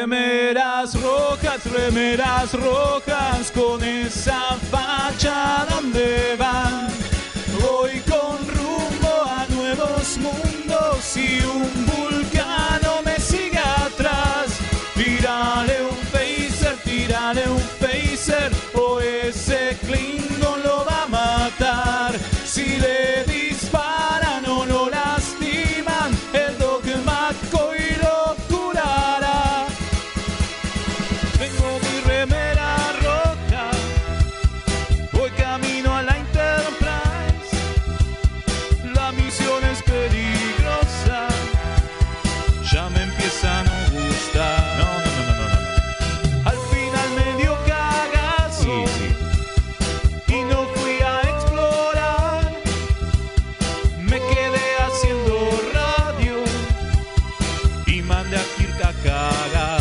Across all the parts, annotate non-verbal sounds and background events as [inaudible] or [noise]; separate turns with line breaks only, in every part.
remeras rojas, remeras rojas, con esa facha donde van. Voy con rumbo a nuevos mundos y un vulcano me sigue atrás. Tírale un phaser, tírale un phaser, o ese Klingon lo va a matar. Si le disparan o lo lastiman, el dogma y lo curará. Tengo mi remera roja, voy camino a la Enterprise. La misión es peligrosa, ya me empieza a no gustar. No, no, no, no, no. Al final me dio cagazo y no fui a explorar. Me quedé haciendo radio y mandé a Kirk a cagar.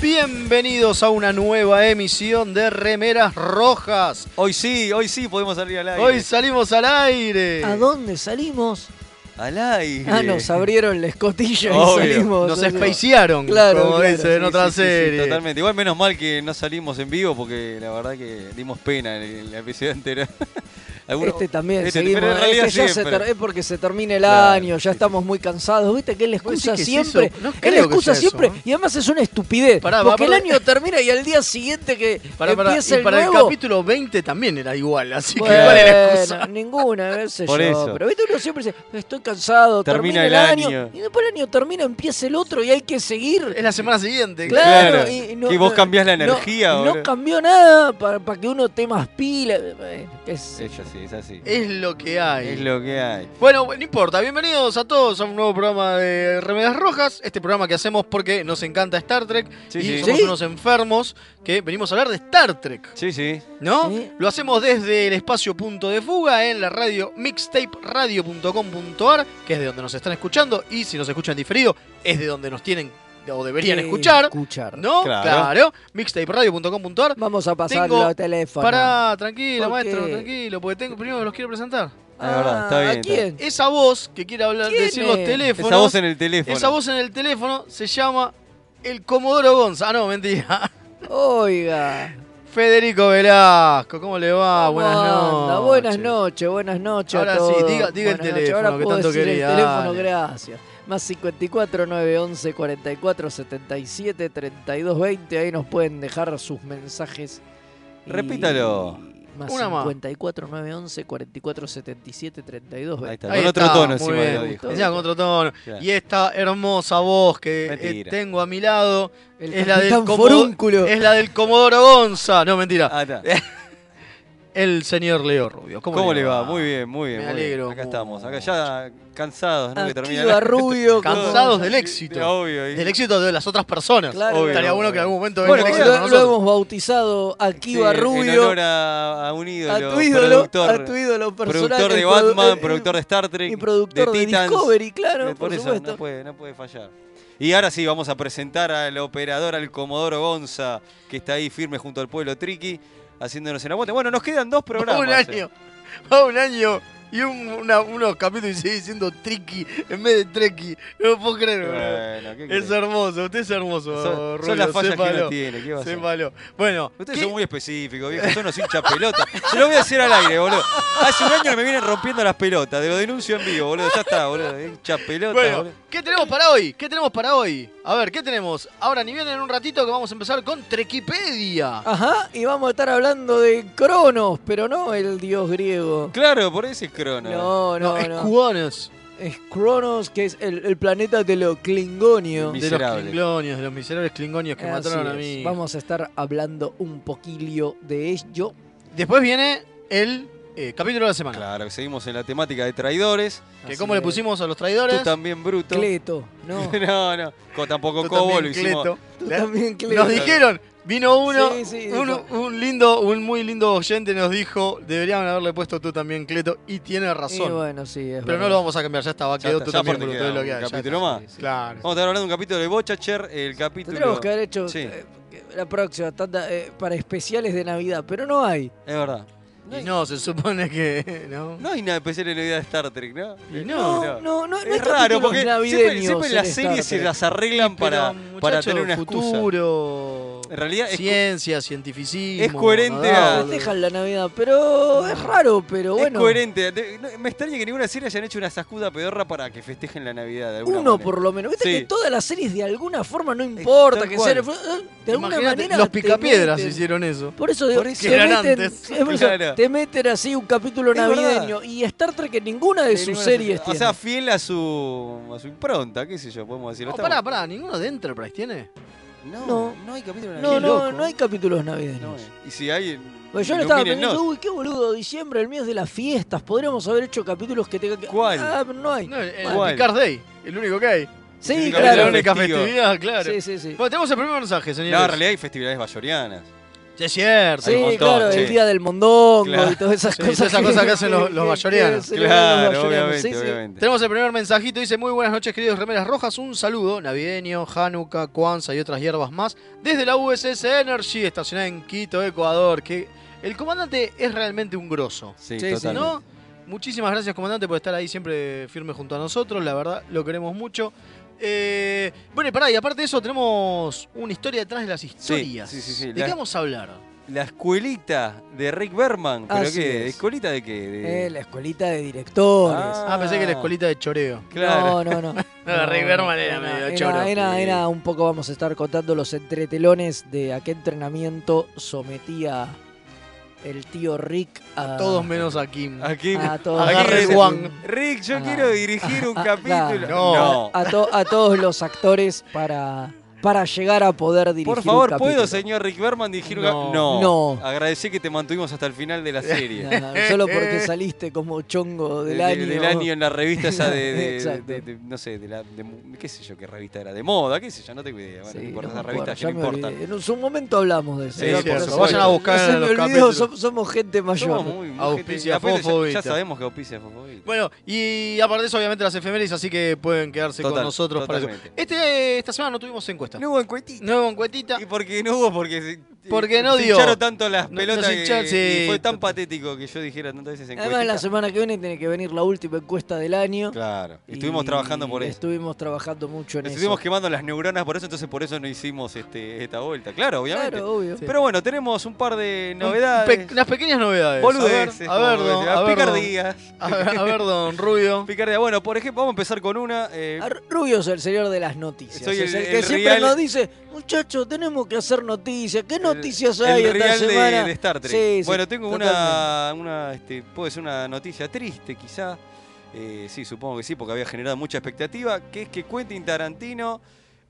Bienvenidos a una nueva emisión de Remeras Rojas.
Hoy sí, hoy sí podemos salir al aire.
Hoy salimos al aire.
¿A dónde salimos?
Al aire.
Ah, nos abrieron la escotilla
Obvio,
y salimos.
Nos
o sea,
espaciaron,
Claro,
como
claro,
dice en
Sí,
otra
sí, sí, sí,
serie.
totalmente. Igual menos mal que no salimos en vivo porque la verdad que dimos pena en el, en el episodio entero. [laughs] Algunos-
Este también,
este,
seguimos.
pero en realidad
Este ya se
siempre.
ter- es porque se termina el
Claro,
año, ya
sí,
estamos muy cansados. ¿Viste que es la
¿Vos
excusa
decís que es
siempre?
eso? No
es
creo
la
que
excusa
sea eso,
siempre.
¿eh?
Y además es una estupidez.
Pará, va,
porque el
pará.
año termina y al día siguiente que
Pará, pará,
empieza
y para
el
el
nuevo.
capítulo 20 también era igual, así que igual era excusa.
Bueno, [laughs] ninguna, a veces
Por
yo.
eso.
Pero viste, uno siempre dice, estoy cansado, termina,
Termina
el,
el
año.
año.
Y después el año termina, empieza el otro y hay que seguir.
Es la semana siguiente.
Claro,
Claro, que vos cambiás la energía,
No,
boludo.
no cambió nada para, para que uno te más pila. eh, Bueno, qué
Eh,
sé
Es así, es así.
Es lo que hay.
Es lo que hay.
Bueno, no importa, bienvenidos a todos a un nuevo programa de Remedas Rojas, este programa que hacemos porque nos encanta Star Trek
Sí,
y
sí.
somos
¿Sí?
unos enfermos que venimos a hablar de Star Trek.
Sí, sí.
¿No?
Sí.
Lo hacemos desde el espacio Punto de Fuga en la radio mixtaperadio.com.ar, que es de donde nos están escuchando, y si nos escuchan diferido, es de donde nos tienen o deberían
qué
escuchar,
escuchar.
¿no?
Claro.
mixtaperadio.com.ar.
Vamos a pasar
Tengo
los teléfonos.
Pará, tranquilo,
¿Por
maestro,
qué?
tranquilo, porque tengo, primero los quiero presentar.
Ah, es verdad, está bien,
¿A
está
quién?
Esa voz que quiere hablar,
¿Quién
decir los
es?
teléfonos,
Esa voz en el teléfono.
esa voz en el teléfono se llama el Comodoro Gonza. Ah, no, mentira. [laughs]
Oiga.
Federico Velasco, ¿cómo le va?
¿cómo
Buenas
anda?
noches.
Ah, Buenas noches, buenas noches a
Ahora sí,
todos.
diga- diga el
Buenas noches.
teléfono
Ahora
que
puedo
tanto
decir
quería,
El teléfono,
dale.
gracias. Más 54 9 11 44 77 32 20. Ahí nos pueden dejar sus mensajes. Y-
Repítalo.
Más
Una más.
54 9 11 44 77 32 20.
Ahí está,
Ahí
con otro
está,
tono
muy
encima
bien.
lo dijo.
Encima con otro tono.
Claro.
Y esta hermosa voz que eh,
Mentira.
tengo a mi lado
El
es la, del
capitán
Comodo-
Forúnculo.
es la del Comodoro Gonza. No, mentira.
Ah, está.
El señor Leo Rubio. ¿Cómo,
[laughs] ¿Cómo, le va? Muy bien, muy bien.
Me
muy bien.
alegro
Acá estamos, acá ya cansados, ¿no? Que termina
Aquí
la- [laughs]
va Rubio. con-
Cansados del éxito.
De- obvio. y-
Del éxito de las otras personas.
Claro.
Obvio,
Estaría bueno
obvio.
que en algún momento venga
Bueno,
el
lo,
éxito de
lo
nosotros.
hemos bautizado aquí
Sí,
va
En
Rubio.
honor a, a un ídolo,
a tu ídolo,
productor,
a tu ídolo personal.
productor de
el produ-
Batman,
el-
productor de Star Trek,
y productor de,
Titans.
Discovery, claro,
Eh,
por,
por eso
supuesto.
Pues-
no puede, no puede fallar. Y ahora sí, vamos a presentar al operador, al Comodoro Gonza, que está ahí firme junto al pueblo Triqui, haciéndonos el aguante. Bueno, nos quedan dos
Va
programas.
un
eh.
año. Va un año. Y un- una- unos capítulos y sigue diciendo tricky en vez de treki. No lo puedo creer, boludo.
Eh, Bueno, ¿qué
Es
querés?
hermoso, usted es hermoso,
son,
Rubio.
son las fallas que
sépalo.
uno tiene, ¿qué va a hacer?
Sépalo. Bueno,
Ustedes
¿qué-
son muy específicos, viejo. Son unos hinchas pelotas. Se lo voy a hacer al aire, boludo. Hace un año que me vienen rompiendo las pelotas. Te lo denuncio en vivo, boludo. Ya está, boludo. Hincha pelota, ¿eh?
Bueno,
boludo.
¿qué tenemos para hoy? ¿Qué tenemos para hoy? A ver, ¿qué tenemos? Ahora ni vienen en un ratito que vamos a empezar con Trekipedia.
Ajá, y vamos a estar hablando de Cronos, pero no el dios griego.
Claro, por ese es crono.
No, no,
es
no.
cubanos.
Es Cronos, que es el, el planeta de lo clingonio.
Mi-
De los
Miserables.
klingonios, de los miserables klingonios que
Así
mataron a
es.
mí.
Vamos a estar hablando un poquillo de ello.
Después viene el eh, capítulo de la semana.
Claro, seguimos en la temática de traidores.
Que
Así
como le
es.
pusimos a los
Tú
traidores.
también, Bruto.
Cleto,
[laughs]
no.
[laughs] no, no. Co- tampoco
tú
Cobo
también,
lo hicimos.
Cleto.
Tú
Le-
también Cleto.
Nos dijeron, vino uno,
Sí, sí,
uno-
dijo.
un lindo, un muy lindo oyente nos dijo, deberían haberle puesto tú también, Cleto, y tiene
Y
razón.
bueno, sí,
Pero
es
no
verdad.
lo vamos a cambiar, ya estaba,
Ya
quedó
está,
tú
ya
también,
aparte
Bruto,
queda
es lo
un
que hay, ya
capítulo
está.
más.
Claro.
Vamos a estar hablando de un capítulo de Bochacher, el
Tendríamos
capítulo.
que haber hecho
Sí.
eh, la próxima tanda eh, para especiales de Navidad, pero no hay.
Es verdad. No
y
hay-
no, se supone que. [laughs] ¿No?
No hay nada especial en la vida de Star Trek, ¿no?
Y no.
No, no, no, no hay
es raro,
capítulos
porque siempre,
navideños
siempre
en
las
Star
series se
Trek.
las arreglan para,
Pero,
para
muchacho,
tener una excusa.
futuro.
En realidad es
Ciencia, cientificismo.
es coherente
no,
a-
boludo.
Festejan la Navidad, pero es raro, pero
Es
bueno.
coherente. De- no, Me extraña que ninguna serie hayan hecho una sacuda pedorra para que festejen la Navidad. De alguna
Uno
manera.
por lo menos. Viste
Sí.
que todas las series de alguna forma no importa
tal
que sea.
cual.
De alguna
Imagínate,
manera.
los
te
picapiedras
meten.
hicieron eso.
Por eso, digo,
Por eso
te
eran
meten,
antes.
es por eso,
Claro.
te meten así un capítulo
Es verdad.
navideño y Star Trek en ninguna de
Sí,
sus
ninguna
series
se-
tiene.
O sea, fiel a su, a su impronta, qué sé yo, podemos decirlo.
No,
Estamos-
pará, pará, ninguno de Enterprise tiene.
No,
No.
no hay capítulo de
no,
Navidad.
no,
loco.
no hay capítulos navideños.
No eh. hay. Y si hay.
Pues yo le estaba
ilumínenos.
pensando, uy, qué boludo, diciembre, el mío es de las fiestas, podríamos haber hecho capítulos que tengan que...
¿Cuál?
Ah, pero no hay.
No, el, el
¿Cuál?
Picard Day, el único que hay.
Sí,
único
La
claro.
capítulo
única
festivo.
festividad, claro.
Sí, sí, sí.
Bueno, tenemos el primer mensaje,
No, en
señores.
realidad hay festividades bayorianas.
Sí, es cierto.
Sí,
un montón,
claro, el
sí.
día del mondongo
Claro.
y todas esas
Sí,
cosas.
todas esas
[laughs]
cosas que hacen los- los bayorianos.
celebran los
Claro,
bayorianos.
obviamente,
Sí, sí.
obviamente.
Tenemos el primer mensajito, dice muy buenas noches queridos remeras rojas, un saludo navideño, Hanukkah, Kwanzaa y otras hierbas más desde la USS Energy estacionada en Quito, Ecuador, que el comandante es realmente un grosso.
Sí,
Sí, sí,
totalmente.
¿No? Muchísimas gracias, comandante, por estar ahí siempre firme junto a nosotros. La verdad, lo queremos mucho. Eh, bueno, y pará, y aparte de eso, tenemos una historia detrás de las historias.
sí, sí, sí,
¿De
la- Ah.
qué vamos a hablar?
La escuelita de Rick Berman. ¿Pero
Así
qué?
es.
¿Escuelita de qué? De-
Eh, la escuelita de directores.
Ah.
Ah, pensé que la escuelita de choreo.
Claro.
No, no, no.
[laughs] No, Rick Berman era medio choro.
Era,
Sí.
era un poco, vamos a estar contando los entretelones de a qué entrenamiento sometía el tío Rick a,
Ah.
Todos menos a Kim.
Aquí. [laughs]
a todos.
Agarre
Aquí-
Juan.
Rick, yo
Ah.
quiero dirigir un
Ah,
capítulo.
[laughs] claro.
No.
Ah, A, to- a todos los actores para, para llegar a poder dirigir.
Por
un
favor,
capítulo.
¿puedo, señor Rick Berman, dirigir un
No.
cap- No.
No.
Agradecí que te mantuvimos hasta el final de la serie.
[laughs]
[laughs]
No, no, solo porque saliste como chongo del
De- Eh, de-
año.
año en la revista esa de, de-
Exacto.
de- de- no sé, de la, de mu- qué sé yo, qué revista era, de moda, qué sé yo, no tengo idea. Bueno,
Sí,
no importa,
no me
esa revista
acuerdo,
ya no
ya me
importa.
olvidé. En un momento hablamos de eso.
Sí, sí,
ya por
por
eso.
supuesto. Vayan a
buscar
No se me
los
olvidó,
capítulos.
som- somos gente mayor.
Somos muy, muy
Auspicia
gente- aparte ya-
Fofobita.
ya, sabemos que auspicia Fofobita.
Bueno, y aparte de eso, obviamente, las efemérides, así que pueden quedarse con
Total,
nosotros para eso.
totalmente.
Este, esta semana no tuvimos encuesta.
hubo encuestita.
Nuevo encuestita.
Y porque no hubo, porque se-
Porque no
se
dio.
hincharon tanto las
No-
pelotas
nos
que-
hincharon, sí.
y fue tan patético que yo dijera tantas veces encuestita.
Además, la semana que viene tiene que venir la última encuesta del año.
Claro, y
y
estuvimos trabajando por eso.
Estuvimos trabajando mucho en
Nos estuvimos
eso.
quemando las neuronas por eso, entonces por eso no hicimos este, esta vuelta. Claro, obviamente.
Claro, obvio.
Pero bueno, tenemos un par de
Un
novedades.
pe- Las pequeñas novedades.
Boludeces.
A ver,
como
don-
decía,
a ver, don-
Picardías.
a ver, a ver, don
[laughs]
Rubio.
Picardía. Bueno, por ejemplo, vamos a empezar con una. eh,
A ah, Rubio es el señor de las noticias.
Soy
es
el-
el, que
el
siempre
real-
nos dice, muchachos, tenemos que hacer noticias. ¿Qué noticias
el
hay esta
real de-
semana?
de, Star Trek.
Sí, sí,
bueno, tengo
totalmente.
una, una este, puede ser una noticia triste quizá. Eh, sí, supongo que sí, porque había generado mucha expectativa, que es que Quentin Tarantino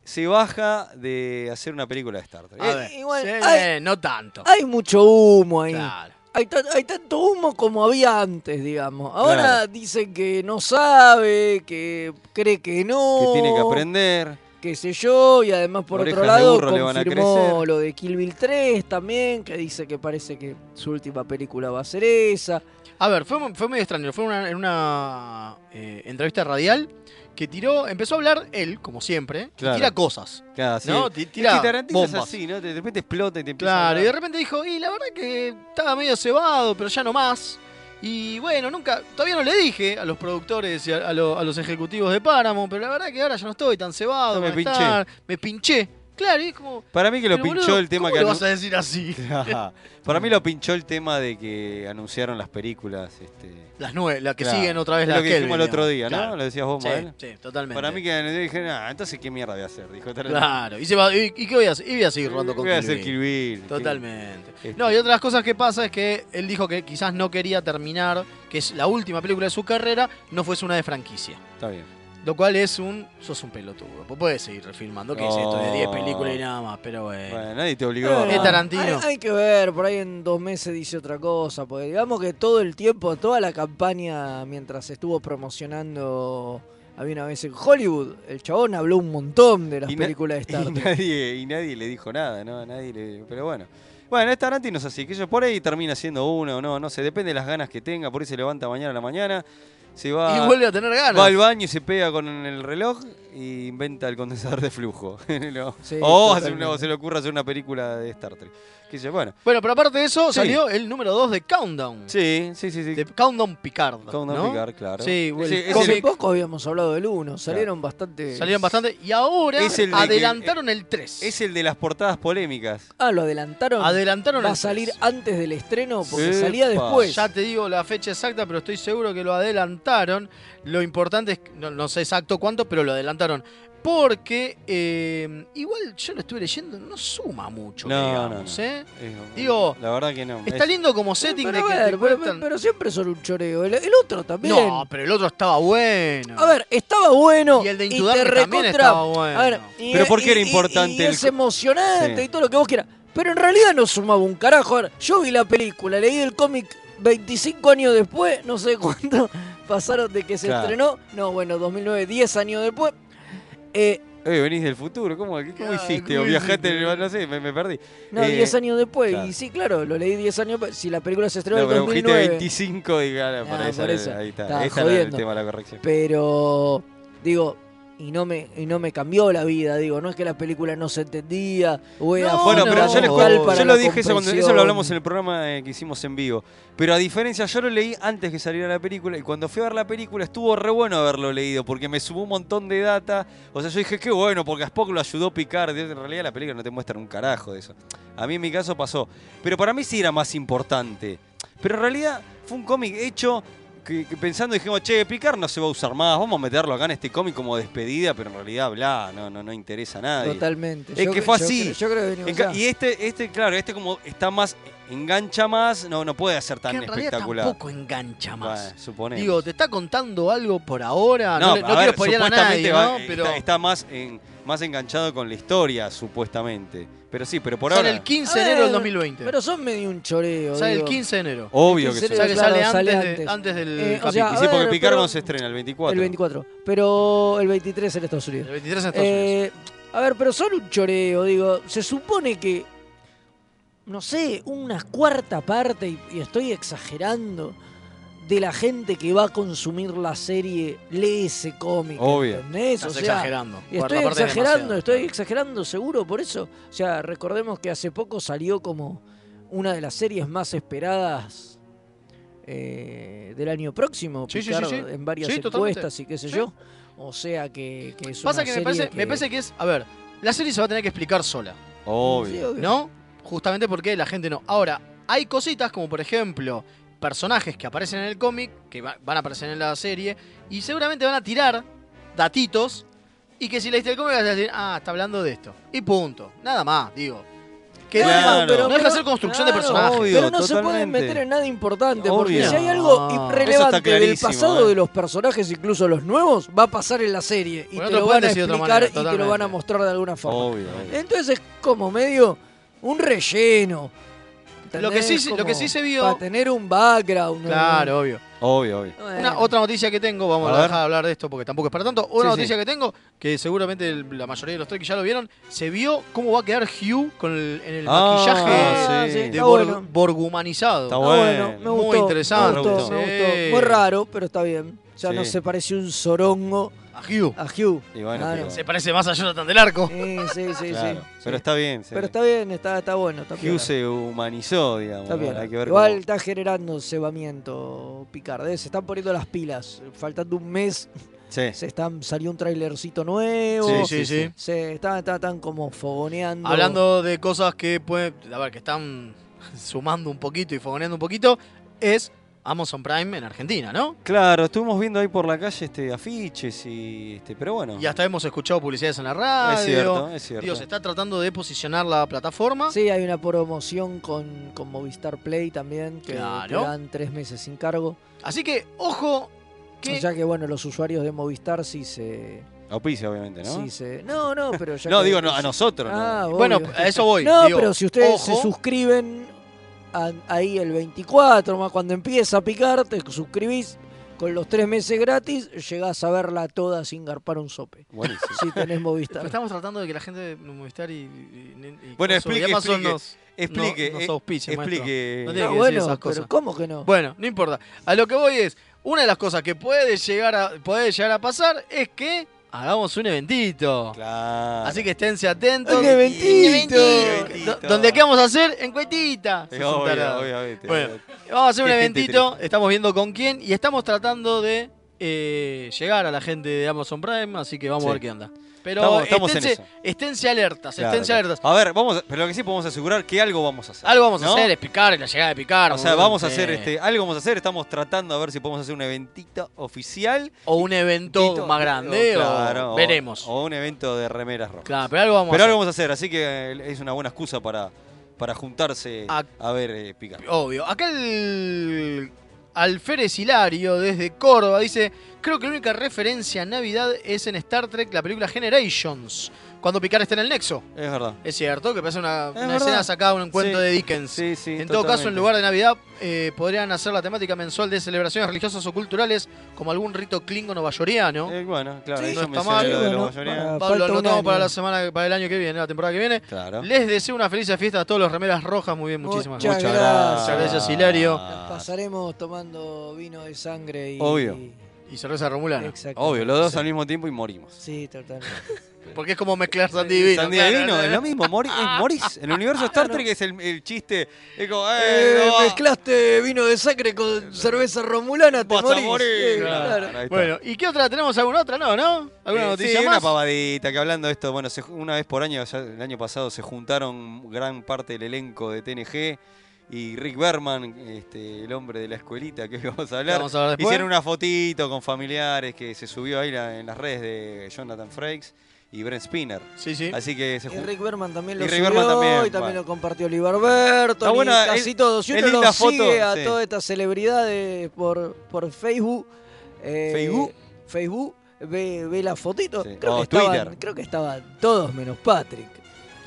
se baja de hacer una película de Star Trek.
A
Eh,
ver,
igual,
sí,
hay-
no tanto.
Hay mucho humo ahí.
Claro.
Hay, ta- hay tanto humo como había antes, digamos. Ahora
Claro.
dicen que no sabe, que cree que no.
Que tiene que
Oh.
aprender.
Qué sé yo, y además por
Orejas
otro
de
lado
burro le van a
confirmó
crecer.
lo de Kill Bill 3 también, que dice que parece que su última película va a ser esa.
A ver, fue, fue medio extraño. Fue una- en una eh, entrevista radial que tiró, empezó a hablar él, como siempre, y
Claro.
tira cosas.
Claro, sí.
No, ti- tira
es que Tarantino es
bombas.
así, ¿no? De repente explota y te empieza a
Claro, y de
hablar.
repente dijo, y la verdad que estaba medio cebado, pero ya no más. Y bueno, nunca, todavía no le dije a los productores y a, a lo- a los ejecutivos de Páramo, pero la verdad que ahora ya no estoy tan cebado.
Ya me
con estar, me pinché. Claro, y es como...
Para mí que lo
pero,
pinchó
boludo,
el tema
¿cómo
que
lo
anu-
vas a decir
[laughs]
así?
Ajá. Para mí lo pinchó el tema de que anunciaron las películas. Este,
Las nueve, las que
Claro.
siguen otra vez
es
las
lo que dijimos el otro día, ¿no?
Claro.
Lo decías vos, Mael.
Sí, sí, totalmente.
Para mí que dije, ah, entonces qué mierda voy a hacer, dijo.
Claro, y, se va, y, y qué voy a hacer? Y voy a seguir robando con
voy a
Kill
hacer
Bill.
Kill Bill.
Totalmente.
Este-
No, y otras cosas que pasa es que él dijo que quizás no quería terminar, que es la última película de su carrera, no fuese una de franquicia.
Está bien.
Lo cual es un. Sos un pelotudo. Vos podés seguir filmando, que es esto de
No.
10 películas y nada más, pero bueno.
Oh. Bueno, nadie te obligó.
Pero
Es
¿no?
Tarantino.
Hay, hay que ver, por ahí en dos meses dice otra cosa, porque digamos que todo el tiempo, toda la campaña mientras estuvo promocionando había una vez en Hollywood, el chabón habló un montón de las
Y na-
películas de Star
Y
Trek.
nadie, y nadie le dijo nada, ¿no? Nadie le- Pero bueno. Bueno, es Tarantino es así, que yo por ahí termina siendo uno, no, no sé, depende de las ganas que tenga, por ahí se levanta mañana a la mañana, se Ah. va,
Y vuelve a tener ganas.
va al baño y se pega con el reloj y e inventa el condensador de flujo. [laughs] No.
Sí,
o hace
totalmente.
una- se le ocurre hacer una película de Star Trek. Que dice, bueno.
Bueno, pero aparte de eso,
Sí.
salió el número 2 de Countdown.
Sí, sí, sí, sí.
De Countdown Picard.
Countdown
¿no?
Picard, claro.
Sí, el
Ese- ese-
Hace
cómic.
poco habíamos hablado del 1, salieron bastante.
Salieron bastante. Y ahora
Es el de que-
adelantaron el 3.
Es el de las portadas polémicas.
Ah, lo adelantaron.
Adelantaron
Va
el
a salir
3.
antes del estreno porque
Epa.
salía después.
Ya te digo la fecha exacta, pero estoy seguro que lo adelantaron. Lo importante es, que- no, no sé exacto cuánto, pero lo adelantaron. Porque eh, igual yo lo estuve leyendo, no suma mucho,
No,
digamos,
no, no.
¿eh?
Es-
Digo,
La verdad que no.
Está
Es-
lindo como setting
pero,
de
a
que
ver,
te
pero,
cuentan-
pero siempre son un choreo. El, el otro también.
No, pero el otro estaba bueno.
A ver, estaba bueno.
y el de
te
Intudarme también
recontra-
estaba bueno.
A ver, y-
Pero ¿por qué
y-
era
y-
importante
y
el
es
co-
emocionante
Sí.
y todo lo que vos quieras. Pero en realidad no sumaba un carajo. A ver, yo vi la película, leí el cómic 25 años después, no sé cuánto [laughs] pasaron de que se
Claro.
estrenó. No, bueno, 2009, 10 años después. Eh,
Eh, venís del futuro, ¿cómo, qué- cómo
Ah,
hiciste?
¿cómo
O viajaste,
hiciste?
no sé, me, me perdí.
no,
Eh,
10 años después.
claro.
Y sí, claro, lo leí 10 años después. Si la película se estrenó
No,
en
pero dijiste
2009.
25 y gana,
Ah,
para esa,
por eso.
ahí está.
Estaba
Esa era el
jodiendo.
tema de la corrección.
Pero digo, y no me, y no me cambió la vida, digo, no es que la película no se entendía, o era
No,
Bueno,
no,
pero yo les
fundamental
cuento-
para
yo lo
la
dije eso, cuando- eso
comprensión.
lo hablamos en el programa eh, que hicimos en vivo. Pero a diferencia, yo lo leí antes que saliera la película y cuando fui a ver la película estuvo re bueno haberlo leído porque me sumó un montón de data. O sea, yo dije, qué bueno, porque a Spock lo ayudó a picar. En realidad la película no te muestra un carajo de eso. A mí en mi caso pasó. Pero para mí sí era más importante. Pero en realidad fue un cómic hecho que, que pensando dijimos, che, Picard no se va a usar más, vamos a meterlo acá en este cómic como despedida, pero en realidad, bla, no, no, no interesa a nadie.
Totalmente.
Es que fue así.
creo- Yo creo que venimos
En ca-
ya.
y este, este, claro, este como está más, engancha más, no, no puede ser
que
tan
en realidad
espectacular.
tampoco engancha más.
Bueno, suponemos.
Digo, te está contando algo por ahora. No,
no,
le- no
a
quiero
ver,
spoilear a
supuestamente
nadie,
va-
¿no?
está-
Pero
está, más, en, más enganchado con la historia, supuestamente. Pero sí, pero por
sale
ahora.
el 15
A
de enero del
ver,
2020.
este.
Pero son medio un choreo.
sale el
digo.
15 de enero.
Obvio que
el
sí.
O sea que
Claro,
sale,
sale
antes, de-
antes.
antes del
Eh,
capítulo.
o sea,
Y
a
sí, porque
ver,
Picard
pero-
no se estrena el 24.
El 24. Pero el 23 en Estados
el
Unidos.
23 en Estados Unidos.
Eh, a ver, pero son un choreo, digo. Se supone que. No sé, una cuarta parte, y, y estoy exagerando, de la gente que va a consumir la serie lee ese cómic.
Obvio.
¿Entendés?
Estás
o sea,
exagerando.
Y
Cuarta
estoy
parte es
exagerando,
demasiado.
estoy exagerando seguro por eso. O sea, recordemos que hace poco salió como una de las series más esperadas eh, del año próximo.
Sí, sí, sí,
Picard,
sí.
En varias
Sí, totalmente.
encuestas y qué sé
Sí.
yo. O sea que, que es
Pasa
una
que me
serie
parece,
que...
me parece que es. A ver, la serie se va a tener que explicar sola,
Sí,
Obvio.
obvio.
¿no? Justamente porque la gente no. Ahora, hay cositas como, por ejemplo, personajes que aparecen en el cómic, que va- van a aparecer en la serie, y seguramente van a tirar datitos. Y que si leíste el cómic vas a decir, ah, está hablando de esto. Y punto. Nada más, digo. Que
Claro.
no,
pero-
no es hacer construcción de
claro,
personajes.
obvio.
Pero no se pueden
totalmente.
meter en nada importante,
Obvio.
porque si hay algo
No. Eso está
irrelevante del
clarísimo,
pasado
eh.
de los personajes, incluso los nuevos, va a pasar en la serie. Y
Bueno,
te
te
lo
pueden
van a
decir de otra
explicar
manera,
y te lo van a
totalmente.
mostrar de alguna forma.
Obvio.
Eh,
obvio.
Entonces es como medio un relleno. ¿entendés?
Lo que sí se- lo
Como
que sí se vio-
Para tener un background. ¿no?
Claro, obvio.
Obvio, obvio.
Bueno.
Una, otra noticia que tengo, vamos
A
a,
ver.
dejar de hablar de esto porque tampoco es para tanto. Una
Sí, sí.
noticia que tengo, que seguramente el- la mayoría de los tres que ya lo vieron, se vio cómo va a quedar Hugh con el, en el maquillaje
Ah,
sí.
sí.
de
está
bor-
bueno.
borgumanizado.
Está
Está
Ah, bueno.
Ah, bueno, me
Muy
gustó.
interesante,
Me gustó,
sí.
me gustó. Muy raro, pero está bien. Ya no
Sí.
se pareció un zorongo
A Hugh. Eh,
a
[laughs]
Hugh.
Y bueno,
Claro.
pero,
Se parece más a Jonathan del Arco.
Eh, sí, sí,
claro.
sí.
Pero
Sí.
está bien. sí.
Pero está bien, está, está bueno. Está
Hugh
piola.
se humanizó, digamos.
Está bien.
Hay que ver
Igual
cómo-
está generando cebamiento Picard. ¿eh? Se están poniendo las pilas. Faltando un mes,
Sí.
se están, salió un trailercito nuevo.
Sí, sí, sí.
sí, sí.
Se están, están, están como fogoneando.
Hablando de cosas que pueden, a ver, que están [laughs] sumando un poquito y fogoneando un poquito, es Amazon Prime en Argentina, ¿no?
Claro, estuvimos viendo ahí por la calle este afiches y este, pero bueno.
Y hasta hemos escuchado publicidades en la radio.
es cierto, es cierto.
Digo, se está tratando de posicionar la plataforma.
Sí, hay una promoción con, con Movistar Play también, que te
Claro.
dan tres meses sin cargo.
Así que, ojo, que
O sea que, bueno, los usuarios de Movistar sí se...
Auspicia, obviamente, ¿no?
sí se- no, no,
[laughs]
pero ya
no,
que-
digo no, a nosotros.
Ah,
no.
obvio.
Bueno, a eso voy.
No,
digo,
pero si ustedes se
ojo.
suscriben a- ahí el 24, más cuando empieza a picar, te suscribís con los tres meses gratis, llegás a verla toda sin garpar un sope.
Buenísimo.
Si
[laughs]
tenés Movistar.
Estamos tratando de que la gente de Movistar y. y- y- y coso, y
Bueno, explique,
Amazon
explique,
nos-
Explique,
nos
eh,
auspicie,
explique.
maestro. No tiene
No,
que decir
Ah, bueno,
esas cosas.
pero ¿cómo que no?
Bueno, no importa. A lo que voy es, una de las cosas que puede llegar a, puede llegar a pasar es que hagamos un eventito.
Claro.
Así que esténse atentos.
Un eventito.
Un eventito.
Eventito.
¿Dónde qué vamos a hacer? En Cuetita.
Eh,
Sos un
obvio,
tarado.
obviamente.
Bueno, vamos a hacer un
Qué gente
eventito. Estamos viendo con quién y estamos tratando de eh, llegar a la gente de Amazon Prime, así que vamos
Sí.
a ver qué onda. Pero
Estamos- estamos en
esténse,
eso.
esténse alertas,
Claro,
esténse
claro.
alertas.
A ver, vamos a- pero lo que sí podemos asegurar que algo vamos a hacer.
Algo vamos a
¿no?
hacer, es picar, la llegada de picar. Eh,
O sea, vamos a hacer
sí.
este, algo vamos a hacer, estamos tratando a ver si podemos hacer un eventito oficial.
O un evento
Tito,
más grande, o,
oh, claro,
veremos.
O un evento de remeras rojas.
claro, pero algo vamos
Pero
a
algo
hacer.
vamos a hacer, así que eh, es una buena excusa para, para juntarse
A-
a, ver eh, picar.
Obvio. Acá el Alférez Hilario desde Córdoba dice, creo que la única referencia a Navidad es en Star Trek, la película Generations, cuando Picar está en el Nexo.
Es verdad.
Es cierto, que parece una, una
verdad.
escena sacada de un cuento
Sí,
de Dickens.
sí, sí,
en todo caso, en
totalmente.
lugar de Navidad, eh, podrían hacer la temática mensual de celebraciones religiosas o culturales, como algún rito clingo novayoreano.
Eh, bueno, claro,
Sí,
eso
no
me
está mal,
sirve lo de
bueno,
los mayores.
para-
Pablo,
falta un
anotamos
año.
para la semana, para el año que viene, la temporada que viene.
Claro.
Les deseo una feliz fiesta a todos los remeras rojas. Muy bien, muchísimas
Muchas
gracias.
gracias.
Gracias, Hilario.
Las pasaremos tomando vino de sangre y.
Ah. Obvio.
y-
Y cerveza romulana.
Exacto.
Obvio, los dos al mismo tiempo y morimos.
Sí, totalmente.
Eh,
Porque es como mezclar sandía y vino.
Sandía
claro,
y vino,
¿no?
es lo mismo, mori- es morís. En el universo
[laughs]
Star Trek es el, el chiste. Es como, eh,
Eh,
no,
pues,
mezclaste vino de sangre con cerveza romulana, te
vas a
morís.
morir.
Eh,
Claro,
claro.
ahí está.
Bueno, ¿y qué otra? ¿Tenemos alguna otra? No, ¿no? ¿Alguna
Eh,
noticia
sí,
más?
una pavadita, que hablando de esto, bueno, se ju- una vez por año, ya el año pasado se juntaron gran parte del elenco de TNG y Rick Berman, este, el hombre de la escuelita que [laughs] hoy vamos a hablar,
Vamos a hablar después.
hicieron una fotito con familiares que se subió ahí la- en las redes de Jonathan Frakes y Brent Spinner.
Sí, sí.
Así que se
Y
juntó.
Eh, Rick Berman también
Y
lo
Rick
subió
Berman también,
y también
bueno.
lo compartió Liberberto,
Está buena,
y casi
es-
todos. Si
es
uno
linda
los
foto,
sigue a
sí.
todas estas celebridades por, por Facebook, eh,
Facebook.
Facebook, ve, ve las fotitos.
Sí.
Creo,
O
que estaban,
Twitter.
creo que estaban todos menos Patrick.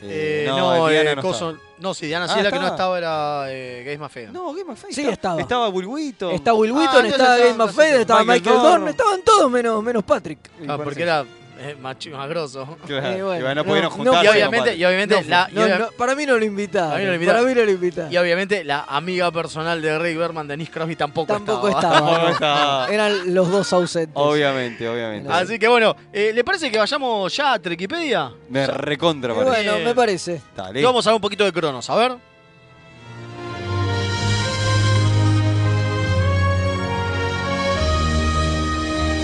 Eh, no, eh, coso- no, sí, Diana sí
Ah,
la que no
estaba.
estaba, era eh, Gays Más Feo.
No, Game of Thrones
Sí,
está-
estaba.
Estaba Wilwito.
Estaba Will
Ah,
Wheaton,
entonces
estaba
estaba-
Game McFadden, estaba
Michael
Michael
Dorn.
Dorn, estaban todos menos, menos Patrick.
Ah, porque era eh, machi- más
[laughs]
grosso.
[laughs] Claro,
Eh, bueno,
y bueno,
no,
no pudieron
no,
juntarse.
y
bueno,
obviamente, y obviamente,
No fue.
la, y
No,
obvia-
no, para mí no lo invitaron.
A mí no lo
Para
invitaron.
mí no lo invitaron.
y obviamente la amiga personal de Rick Berman, Denise Crosby, tampoco,
Tampoco
estaba.
estaba.
[laughs]
[laughs]
Tampoco
no.
estaba.
Eran los dos ausentes.
Obviamente, obviamente.
Así que bueno, eh, ¿le parece que vayamos ya a Trekipedia?
Me
Y
recontra parece.
bueno, me parece.
Dale.
Y vamos a ver un poquito de Cronos, a ver.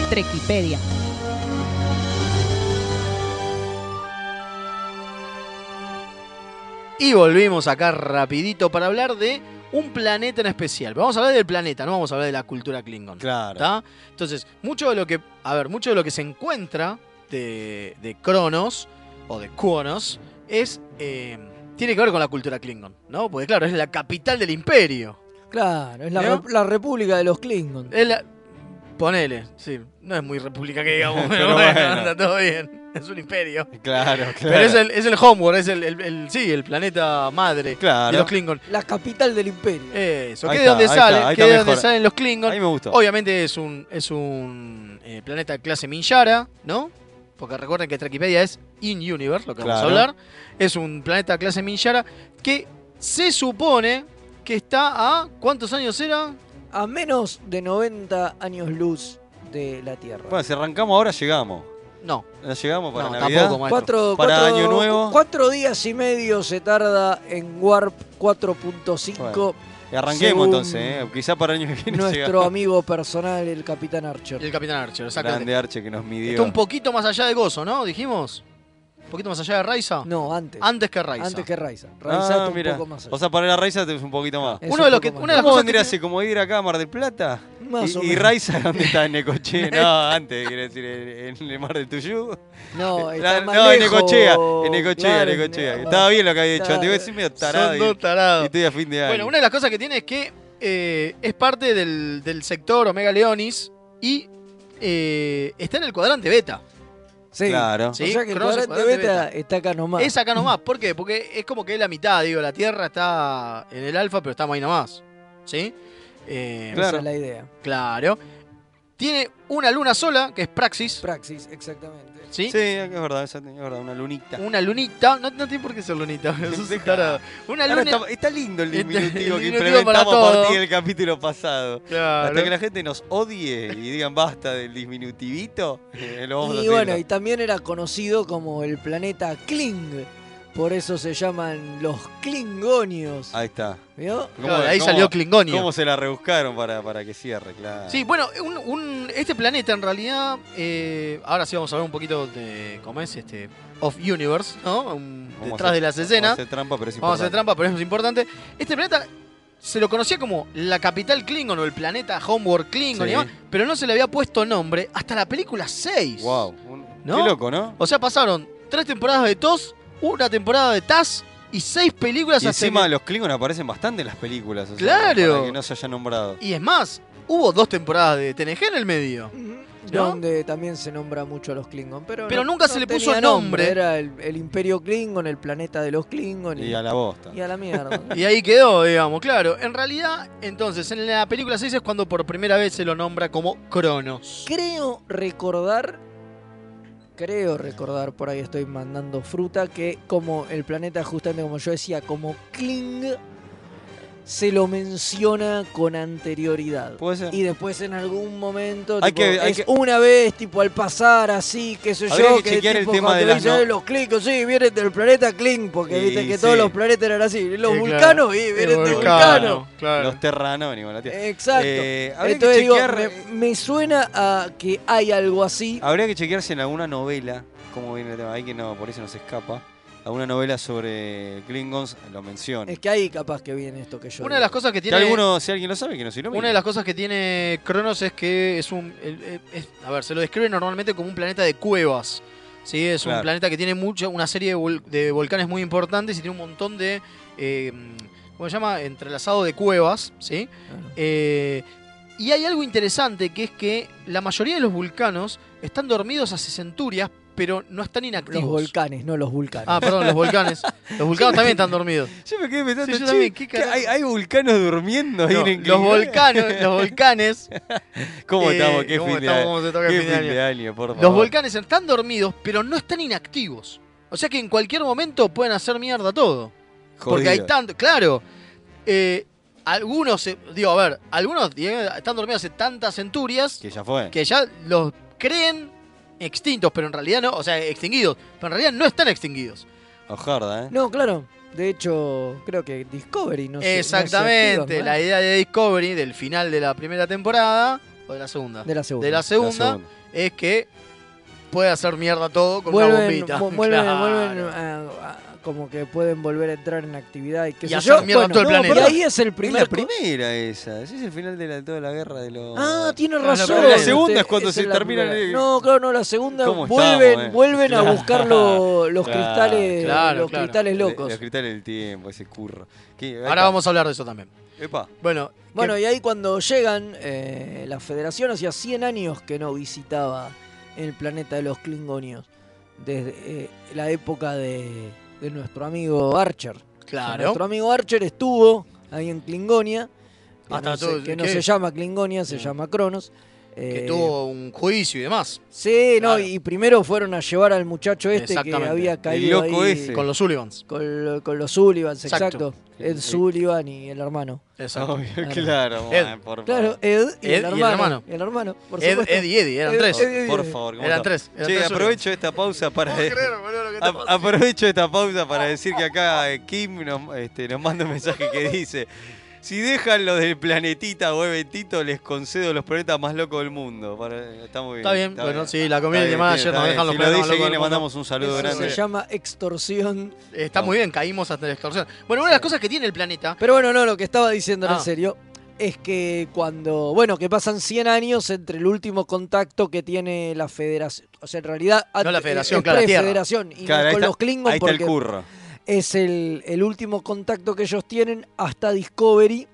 Trequipedia.
Y volvimos acá rapidito para hablar de un planeta en especial. Vamos a hablar del planeta, no vamos a hablar de la cultura Klingon.
Claro.
¿tá? Entonces, mucho de lo que. A ver, mucho de lo que se encuentra de, de Cronos o de Kronos es. eh, tiene que ver con la cultura Klingon, ¿no? Porque claro, es la capital del imperio.
Claro, es la,
¿No? Eh.
rep- la república de los Klingon.
Es la- Ponele, sí. No es muy república que digamos,
[laughs]
pero,
Pero
bueno,
bueno.
anda todo bien. Es un imperio.
Claro, claro.
Pero es el, es el homeworld, es el, el- el- sí, el planeta madre de
Claro.
los Klingon.
La capital del imperio.
Eh. Eso,
Ahí
que de
está,
dónde
ahí
sale,
está, ahí
que
está
de dónde
mejor.
salen los
A
Klingon.
mí me gustó.
Obviamente es un, es un eh, planeta de clase Minyara, ¿no? Porque recuerden que Trekipedia es in-universe, lo que vamos a
Claro.
hablar. Es un planeta de clase Minyara que se supone que está a... ¿Cuántos años era?
A menos de 90 años luz de la Tierra.
Bueno, si arrancamos ahora, llegamos.
No,
¿No llegamos para
no,
Navidad?
tampoco, maestro.
cuatro,
Para
cuatro-
Año Nuevo.
cuatro días y medio se tarda en Warp 4.5
Y Arranquemos
Según
entonces, ¿eh? Quizá para el año que [laughs] viene
nuestro
llegamos.
amigo personal, el Capitán Archer.
El Capitán Archer, exactamente.
Grande Arche que nos midió.
Está un poquito más allá de Gozo, ¿no? Dijimos. Un poquito más allá de Raiza.
No, antes.
Antes que Raiza.
Antes que Raiza. Raiza está
ah,
un
mira.
poco más allá.
O sea, para la Raiza es un poquito más.
Es
uno
un
de los
poco
que-
más
una de las
allá.
¿Cómo
cosas
vendría
que-
así? ¿Como ir acá a Mar del Plata?
Más
¿Y,
o
y
menos.
Raiza [laughs] dónde está? ¿En Necochea? No, antes, quiere decir, en, en el Mar del Tuyú.
No, está
La-
más
no, en
lejos.
Necochea. En Necochea,
Claro,
en Necochea.
no.
Estaba bien lo que había dicho.
Claro.
Te voy a decir medio
Son
tarado.
dos
Y,
tarados.
y estoy a fin de año.
Bueno, una de las cosas que tiene es que eh, es parte del, del sector Omega Leonis y eh, está en el cuadrante beta.
Sí.
Claro.
Sí.
O sea que el
Cronos, el
cuadrante
cuadrante
beta
beta.
está acá nomás.
Es acá nomás. ¿Por qué? Porque es como que es la mitad, digo, la Tierra está en el alfa, pero estamos ahí nomás. ¿Sí? Eh,
Esa
Claro.
es la idea.
Claro. Tiene una luna sola, que es Praxis.
Praxis, exactamente.
¿sí?
Sí, es verdad, esa- es verdad, una lunita.
Una lunita. No, no tiene por qué ser lunita. [laughs] sos un tarado. Una
Ahora
luna.
está, está lindo el
Este-
diminutivo
el
que
diminutivo
implementamos
para
a
todo.
partir del capítulo pasado.
Claro.
Hasta que la gente nos odie y digan basta del diminutivito, eh, lo vamos a
Y
seguir.
bueno, y también era conocido como el planeta Kling. Por eso se llaman los Klingonios.
Ahí está.
¿Vio?
¿Cómo-
Claro, ahí
cómo-
salió Klingonio.
¿Cómo se la rebuscaron para, para que cierre, claro?
Sí, bueno, un- un- este planeta en realidad, eh, ahora sí vamos a hablar un poquito de cómo es este Of Universe, ¿no? Un-
Vamos a
detrás de
hacer-
las escenas.
Vamos a hacer trampa, pero es
Vamos a hacer
importante.
trampa, pero es importante. Este planeta se lo conocía como la capital Klingon o el planeta Homeworld Klingon,
Sí.
y demás, pero no se le había puesto nombre hasta la película 6.
Wow. un-
¿No?
Qué loco, ¿no?
O sea, pasaron tres temporadas de TOS, una temporada de TAS y seis películas
Y
hasta
encima
que-
los Klingon aparecen bastante en las películas. o sea,
Claro.
para que no se haya nombrado.
Y es más, hubo dos temporadas de TNG en el medio. ¿No?
Donde también se nombra mucho a los Klingon. Pero,
Pero
no-
nunca
no
se le
tenía
puso nombre.
Era el, el Imperio Klingon, el planeta de los Klingon. Y,
Y a la bosta.
[laughs] y a la mierda.
Y ahí quedó, digamos, claro. En realidad, entonces, en la película 6 es cuando por primera vez se lo nombra como Cronos.
creo recordar. Creo recordar, por ahí estoy mandando fruta, que como el planeta, justamente como yo decía, como Kling, se lo menciona con anterioridad.
Puede ser.
Y después en algún momento,
Hay
tipo,
que- hay
es
que-
una vez, tipo al pasar así, qué sé
Habría
yo,
que chequear el
tipo,
tema
cuando
de las
dicen,
no-
"Eh, los Klingons, sí, vienen del planeta Kling, porque
Y
viste que
sí.
todos los planetas eran así. Y Los
Sí, claro.
vulcanos, y vienen de
vulcano.
vulcano.
claro.
Los terranónimos, la tía.
Exacto.
Eh, habría
Entonces
que
digo,
chequear, Ah,
me, me suena a que hay algo así.
Habría que chequear si en alguna novela, como viene el tema, ahí que no, por eso nos escapa, alguna novela sobre Klingons lo menciona.
Es que ahí capaz que viene esto que yo.
Una de las
digo.
cosas que
Que
tiene.
alguno, si alguien lo sabe, que nos ilumine.
Una de las cosas que tiene Cronos es que es un. el- el- es- a ver, se lo describe normalmente como un planeta de cuevas. ¿sí? Es un
Claro.
planeta que tiene mucha, una serie de, vol- de volcanes muy importantes y tiene un montón de. eh, ¿Cómo se llama? Entrelazado de cuevas. ¿sí?
Claro.
Eh, y hay algo interesante que es que la mayoría de los vulcanos están dormidos hace centurias, pero no están
Los
inactivos.
volcanes, no los vulcanes.
Ah, perdón, los
[laughs]
volcanes. Los vulcanos también están dormidos.
Yo me quedé pensando,
Sí, yo
"Che,
también, ¿qué
¿qué-
carajo?"
hay, hay vulcanos durmiendo ahí
No,
en el
los
Klingon?
volcanos, los volcanes.
[laughs] ¿Cómo
eh,
estamos? ¿Qué
¿cómo
fin de
estamos?
año?
¿Cómo se toca
¿Qué
el
fin
fin de año?
de año, por favor?
Los volcanes están dormidos, pero no están inactivos. O sea que en cualquier momento pueden hacer mierda todo. Porque hay
Jodido.
tanto. Claro. eh, algunos, eh, digo, a ver, algunos eh, están dormidos hace tantas centurias
Que ya fue.
que ya los creen extintos, pero en realidad no. O sea, extinguidos. Pero en realidad no están extinguidos.
Ojarda, ¿eh?
No, claro. De hecho, creo que Discovery no se- no se
Exactamente.
activa más
la idea de Discovery del final de la primera temporada o de la segunda.
de la segunda.
De la
La
segunda es que puede hacer mierda todo con
vuelven,
una bombita. [laughs]
vu- vuelven-
Claro.
vuelven, ah, ah, como que pueden volver a entrar en actividad y qué
Y
sé
hacer
yo.
mierda
Bueno,
todo el
no,
planeta.
Y ahí es el
Es
primer.
la primera esa. Ese es el final de la- toda la guerra de los...
Ah, tiene
Claro, la
razón.
primera. La
segunda es
Te-
cuando
esa
se
la
termina
primera.
el-
No, claro, no, la segunda
¿Cómo estamos,
vuelven,
eh?
vuelven a
Claro.
buscar lo- los
Claro, Eh,
cristales,
claro,
los
claro.
cristales
Le-
locos.
Los cristales del tiempo, ese curro. ¿Qué? Ahí
Ahora
está.
vamos a hablar de eso también.
Epa.
Bueno,
Bueno, y ahí cuando llegan, eh, la Federación hacía 100 años que no visitaba el planeta de los Klingonios. Desde eh, la época de, de nuestro amigo Archer.
que- claro.
Nuestro amigo Archer estuvo ahí en Klingonia. Que,
Hasta
no, se,
todo-
que no
¿qué?
se llama Klingonia, se
Mm.
llama Cronos.
Que
Eh,
tuvo un juicio y demás.
Sí, no,
Claro.
y primero fueron a llevar al muchacho este que
Exactamente.
había
El
caído
loco
ahí
ese. Sí.
Con los Sullivans.
Con, con los Sullivans,
Exacto.
exacto. Ed
Sí.
Sullivan y el hermano.
Exacto.
[laughs] Obvio, claro.
Ed.
man, por favor.
Claro, Ed y,
Ed
el, hermano, y el hermano. por
Ed,
supuesto.
Ed y Eddie, eran
Ed-
tres.
Ed-
Por favor. ¿cómo
Eran
está?
tres. eran
Che,
tres
aprovecho esta pausa para...
Sullivans. No puedo creer, boludo, lo que te
[laughs] A-
pasa.
Aprovecho esta pausa para decir que acá eh, Kim nos, este, nos manda un mensaje que dice: Si dejan lo del planetita o eventito, les concedo los planetas más locos del mundo. Para- está muy bien.
Está bien, bueno, sí, la community
Está bien,
manager
está
nos
bien.
dejan los
Si
planetas
lo
más
dice
locos
Kim,
del
le
mundo.
mandamos un saludo
Eso
grande.
se llama extorsión.
Está muy bien, caímos hasta la extorsión. Bueno, una de las cosas que tiene el planeta.
Pero bueno, no, lo que estaba diciendo
Ah.
en serio es que cuando, bueno, que pasan 100 años entre el último contacto que tiene la federación, o sea, en realidad antes-
la federación,
es
claro, la tierra.
prefederación, y no
Claro, ahí
con
está-
los Klingons
Ahí está el
porque
curro.
es el, el último contacto que ellos tienen hasta Discovery.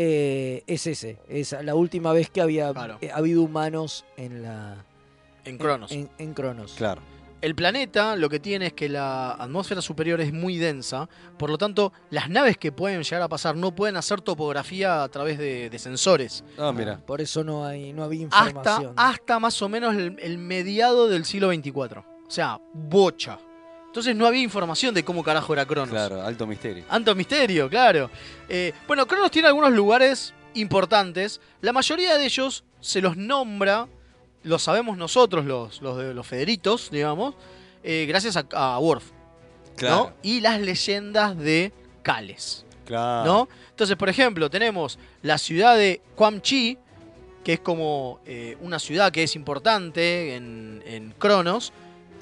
eh, es ese, es la última vez que había
Claro.
eh, habido humanos en la
En Cronos.
En, en Cronos.
Claro.
El planeta lo que tiene es que la atmósfera superior es muy densa, por lo tanto las naves que pueden llegar a pasar no pueden hacer topografía a través de, de sensores.
Ah, mira.
Por eso no hay, no había
Hasta,
información.
hasta más o menos el, el mediado del siglo 24. O sea, bocha. Entonces no había información de cómo carajo era Cronos.
Claro, alto misterio.
Anto Misterio, claro. Eh, bueno, Cronos tiene algunos lugares importantes. La mayoría de ellos se los nombra, lo sabemos nosotros, los, los, de- los Federitos, digamos, eh, gracias a, a Worf, ¿no?
Claro.
Y las leyendas de Cales,
Ah.
Claro.
¿no? Entonces, por ejemplo, tenemos la ciudad de Quamchi, que es como eh, una ciudad que es importante en, en Cronos.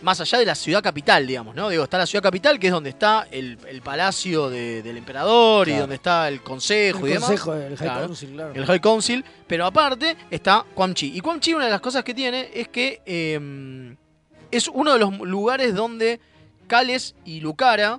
Más allá de la ciudad capital, digamos, ¿no? Digo, está la ciudad capital, que es donde está el, el palacio de- del emperador y
Claro.
donde está el consejo y
el
demás
consejo del High
Claro.
Council, claro.
el High Council, pero aparte está Quan Chi. Y Quan Chi, una de las cosas que tiene es que eh, es uno de los lugares donde Cales y Lucara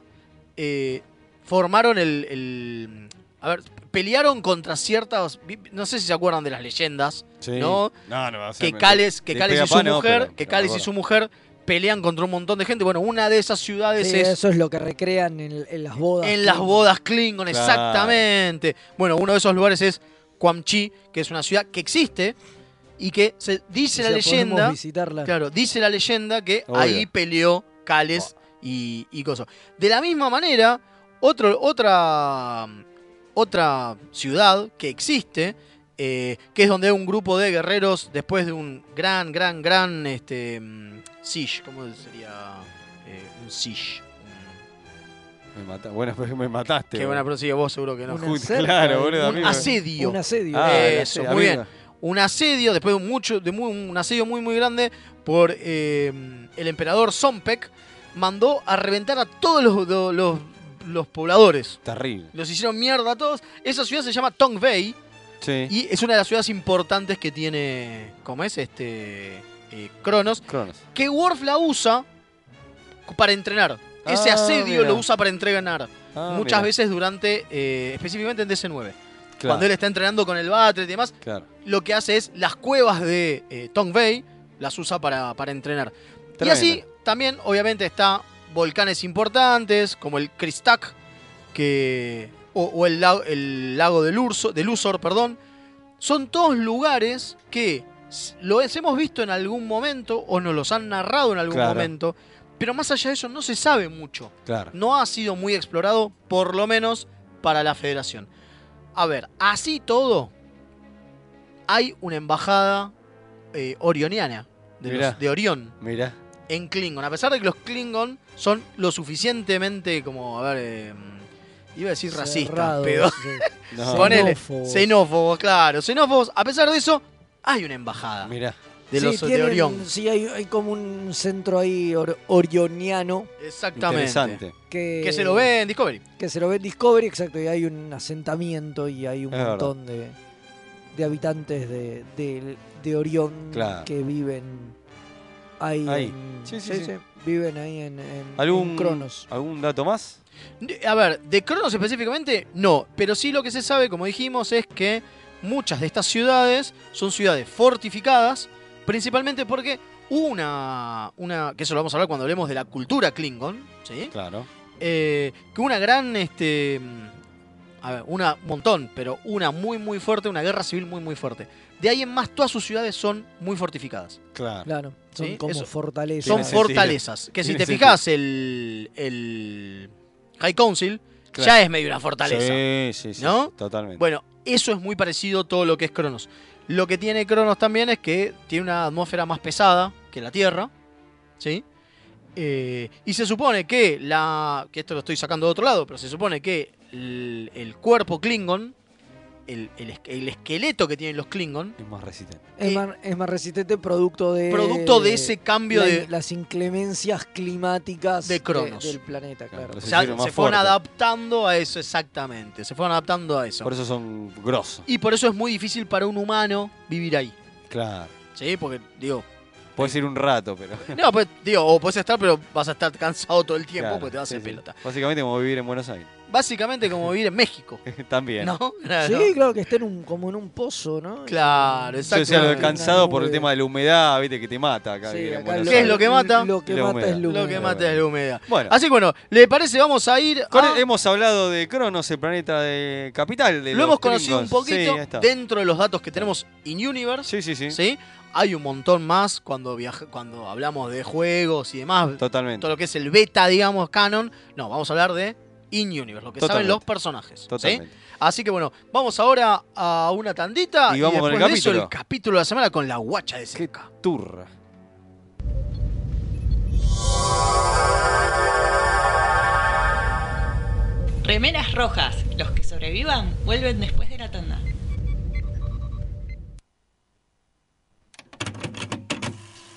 eh, formaron el, el- A ver, pelearon contra ciertas. vi- No sé si se acuerdan de las leyendas,
Sí.
¿no?
No, no, o sea,
Que
me-
Cales, que
de
Cales y
Pegapá
su
no,
mujer.
pero-
que
pero
Cales y
bueno.
su mujer pelean contra un montón de gente. Bueno, una de esas ciudades
Sí,
es
eso es lo que recrean en, en las bodas.
en las bodas Klingon,
Claro.
exactamente. Bueno, uno de esos lugares es Quamchi, que es una ciudad que existe y que se dice la leyenda.
visitarla.
Claro, dice la leyenda que
Obvio.
ahí peleó Cales y, y coso. De la misma manera, otro, otra, otra ciudad que existe, eh, que es donde un grupo de guerreros, después de un gran, gran, gran este, mm, siege, ¿cómo sería eh, un siege? Un-
Me mata- Bueno, [laughs] pero me mataste.
Qué buena prosigue, vos seguro que no.
Una
Un,
Ju-
cerca,
claro, boludo,
un
a mí me-
asedio.
Un asedio.
Ah,
Eh,
la
eso,
sé,
muy
amigo.
Un asedio, después de, mucho, de muy- un asedio muy muy grande por eh, el emperador Zompek, mandó a reventar a todos los, los, los- los pobladores.
Terrible.
Los hicieron mierda a todos. Esa ciudad se llama Tong Bay
Sí.
y es una de las ciudades importantes que tiene, ¿cómo es? Este, eh, Cronos,
Cronos.
que Worf la usa para entrenar. Ese
Ah,
asedio
mira.
lo usa para entrenar.
Ah,
muchas
mira,
veces durante, eh, específicamente en DC9.
claro,
Cuando él está entrenando con el Battle y demás,
claro.
lo que hace es las cuevas de eh, Tong Bay, las usa para, para entrenar. Y
Tremendo.
así también, obviamente, está volcanes importantes, como el Cristak, que. o, o el, la- el lago del Urso, del Usor, perdón. Son todos lugares que s- los hemos visto en algún momento o nos los han narrado en algún
Claro.
momento. Pero más allá de eso no se sabe mucho
Claro.
no ha sido muy explorado, por lo menos para la federación. A ver, así todo, hay una embajada eh, orioniana de, los-
Mirá.
de Orión
Mirá.
en Klingon. A pesar de que los Klingon son lo suficientemente como, a ver, eh, iba a decir racistas,
Cerrados,
pero
sí. Ah.
No.
[laughs] Ponele.
Xenófobos.
xenófobos, claro, xenófobos. A pesar de eso, hay una embajada
Mirá.
de
Sí,
los de
tienen-
Orión.
Sí, hay, hay como un centro ahí or- orioniano
Exactamente.
Interesante.
que,
Que se lo ve en Discovery.
Que se lo ve en Discovery, exacto. Y hay un asentamiento y hay un
Es verdad.
montón de, de habitantes de, de- de Orión
Claro.
que viven ahí.
Ahí.
en-
Sí, sí, sí.
Viven ahí en, en- en
¿Algún,
Cronos.
¿Algún dato más?
De- A ver, de Cronos específicamente, no. Pero sí lo que se sabe, como dijimos, es que muchas de estas ciudades son ciudades fortificadas, principalmente porque una, una que eso lo vamos a hablar cuando hablemos de la cultura Klingon, ¿sí?
Claro.
Eh, que una gran, este, mm, a ver, una un montón, pero una muy muy fuerte, una guerra civil muy muy fuerte. De ahí en más, todas sus ciudades son muy fortificadas.
Claro.
Claro, son
Sí,
como
eso-
fortalezas.
Son
sentido.
fortalezas. Que si
Tiene
te
sentido.
fijas, el, el High Council
Claro.
ya es medio una fortaleza.
Sí, sí, sí.
¿No?
Totalmente.
Bueno, eso es muy parecido a todo lo que es Cronos. Lo que tiene Cronos también es que tiene una atmósfera más pesada que la Tierra. ¿Sí? Eh, y se supone que la. que esto lo estoy sacando de otro lado, pero se supone que el, el cuerpo Klingon, el, el es- el esqueleto que tienen los Klingon,
Es más resistente.
es, más, es más resistente producto de...
producto de ese cambio
Eh, la-
de.
Las inclemencias climáticas
De Cronos.
del planeta, claro.
Claro,
o
se
sea,
hicieron más
se fueron
fuertes.
adaptando a eso, exactamente. Se fueron adaptando a eso.
Por eso son grosos.
Y por eso es muy difícil para un humano vivir ahí.
Claro.
¿Sí? Porque, digo,
Puedes ir un rato, pero.
No, pues, digo, o podés estar, pero vas a estar cansado todo el tiempo
claro,
porque te vas a
sí,
hacer
sí.
pelota.
Básicamente como vivir en Buenos Aires. [laughs]
básicamente como vivir en México.
También.
¿No? Claro.
Sí, claro que está en un, como en un pozo, ¿no?
Claro,
Yo decía lo de
exactamente.
cansado por el
Nube.
tema de la humedad, viste, que te mata acá.
Sí,
que en
acá
Buenos
lo- ¿Qué es lo
Aires.
que mata?
Lo que
La
mata
humedad.
es la humedad.
Lo que mata es la humedad.
Bueno,
Así que bueno, ¿le parece? Vamos a ir.
con-
a-
hemos hablado de Cronos, el planeta de capital. De
Lo
los
hemos conocido un
gringos.
poquito
Sí, ahí está.
dentro de los datos que tenemos in Universe.
sí, sí, sí,
Sí. Hay un montón más cuando, viaja, cuando hablamos de juegos y demás.
Totalmente.
Todo lo que es el beta, digamos, canon. No, vamos a hablar de in Universe, lo que saben
Totalmente.
los personajes. ¿sí?
Totalmente.
Así que bueno, vamos ahora a una tandita
Y vamos con
después
el
de eso
capítulo.
el capítulo de la semana con la guacha de
Qué
cerca.
turra.
Remeras rojas. Los que sobrevivan vuelven después de la tanda.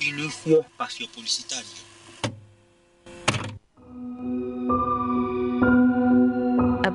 Inicio espacio publicitario.
A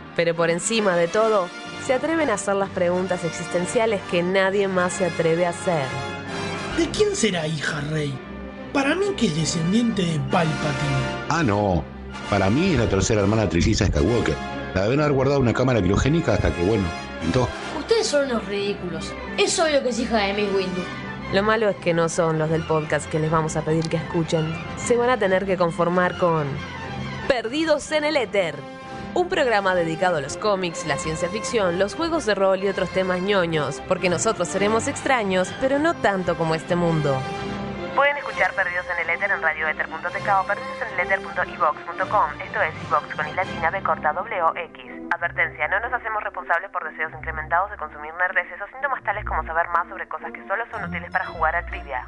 Pero por encima de todo, se atreven a hacer las preguntas existenciales que nadie más se atreve a hacer.
¿De quién será hija Rey? Para mí que es descendiente de Palpatine.
Ah, no. Para mí es la tercera hermana trilliza Skywalker. La deben haber guardado en una cámara criogénica hasta que, bueno, pintó.
Ustedes son unos ridículos. Es obvio que es hija de Miss Windu. Lo malo es que no son los del podcast que les vamos a pedir que escuchen. Se van a tener que conformar con Perdidos en el Éter. Un programa dedicado a los cómics, la ciencia ficción, los juegos de rol y otros temas ñoños, porque nosotros seremos extraños, pero no tanto como este mundo. Pueden escuchar Perdidos en el Éter en radioéter.tk o perdidoseneleter.evox.com. Esto es iVox con i latina b corta w x. Advertencia, no nos hacemos responsables por deseos incrementados de consumir nerdeces o síntomas tales como saber más sobre cosas que solo son útiles para jugar a trivia.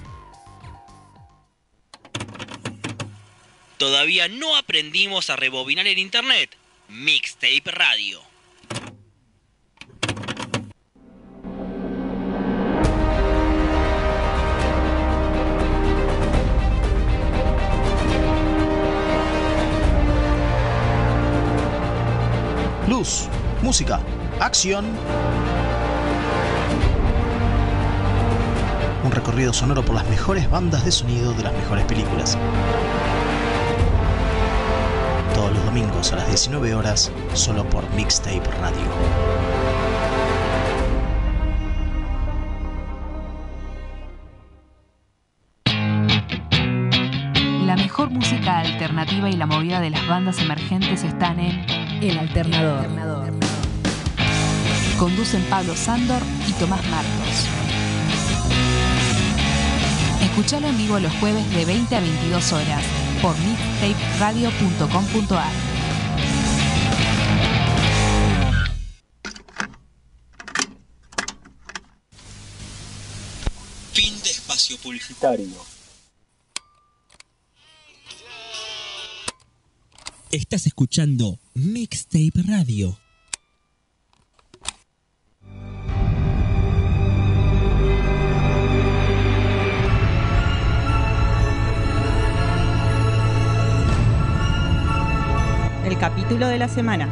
Todavía no aprendimos a rebobinar el internet. Mixtape Radio.
Luz, música, acción. Un recorrido sonoro por las mejores bandas de sonido de las mejores películas. Todos los domingos a las 19 horas, solo por Mixtape Radio.
La mejor música alternativa y la movida de las bandas emergentes están en El Alternador. Conducen Pablo Sándor y Tomás Martos. Escuchalo en vivo los jueves de 20 a 22 horas por mixtaperadio.com.ar.
Fin de espacio publicitario.
Estás escuchando Mixtape Radio.
El capítulo de la semana.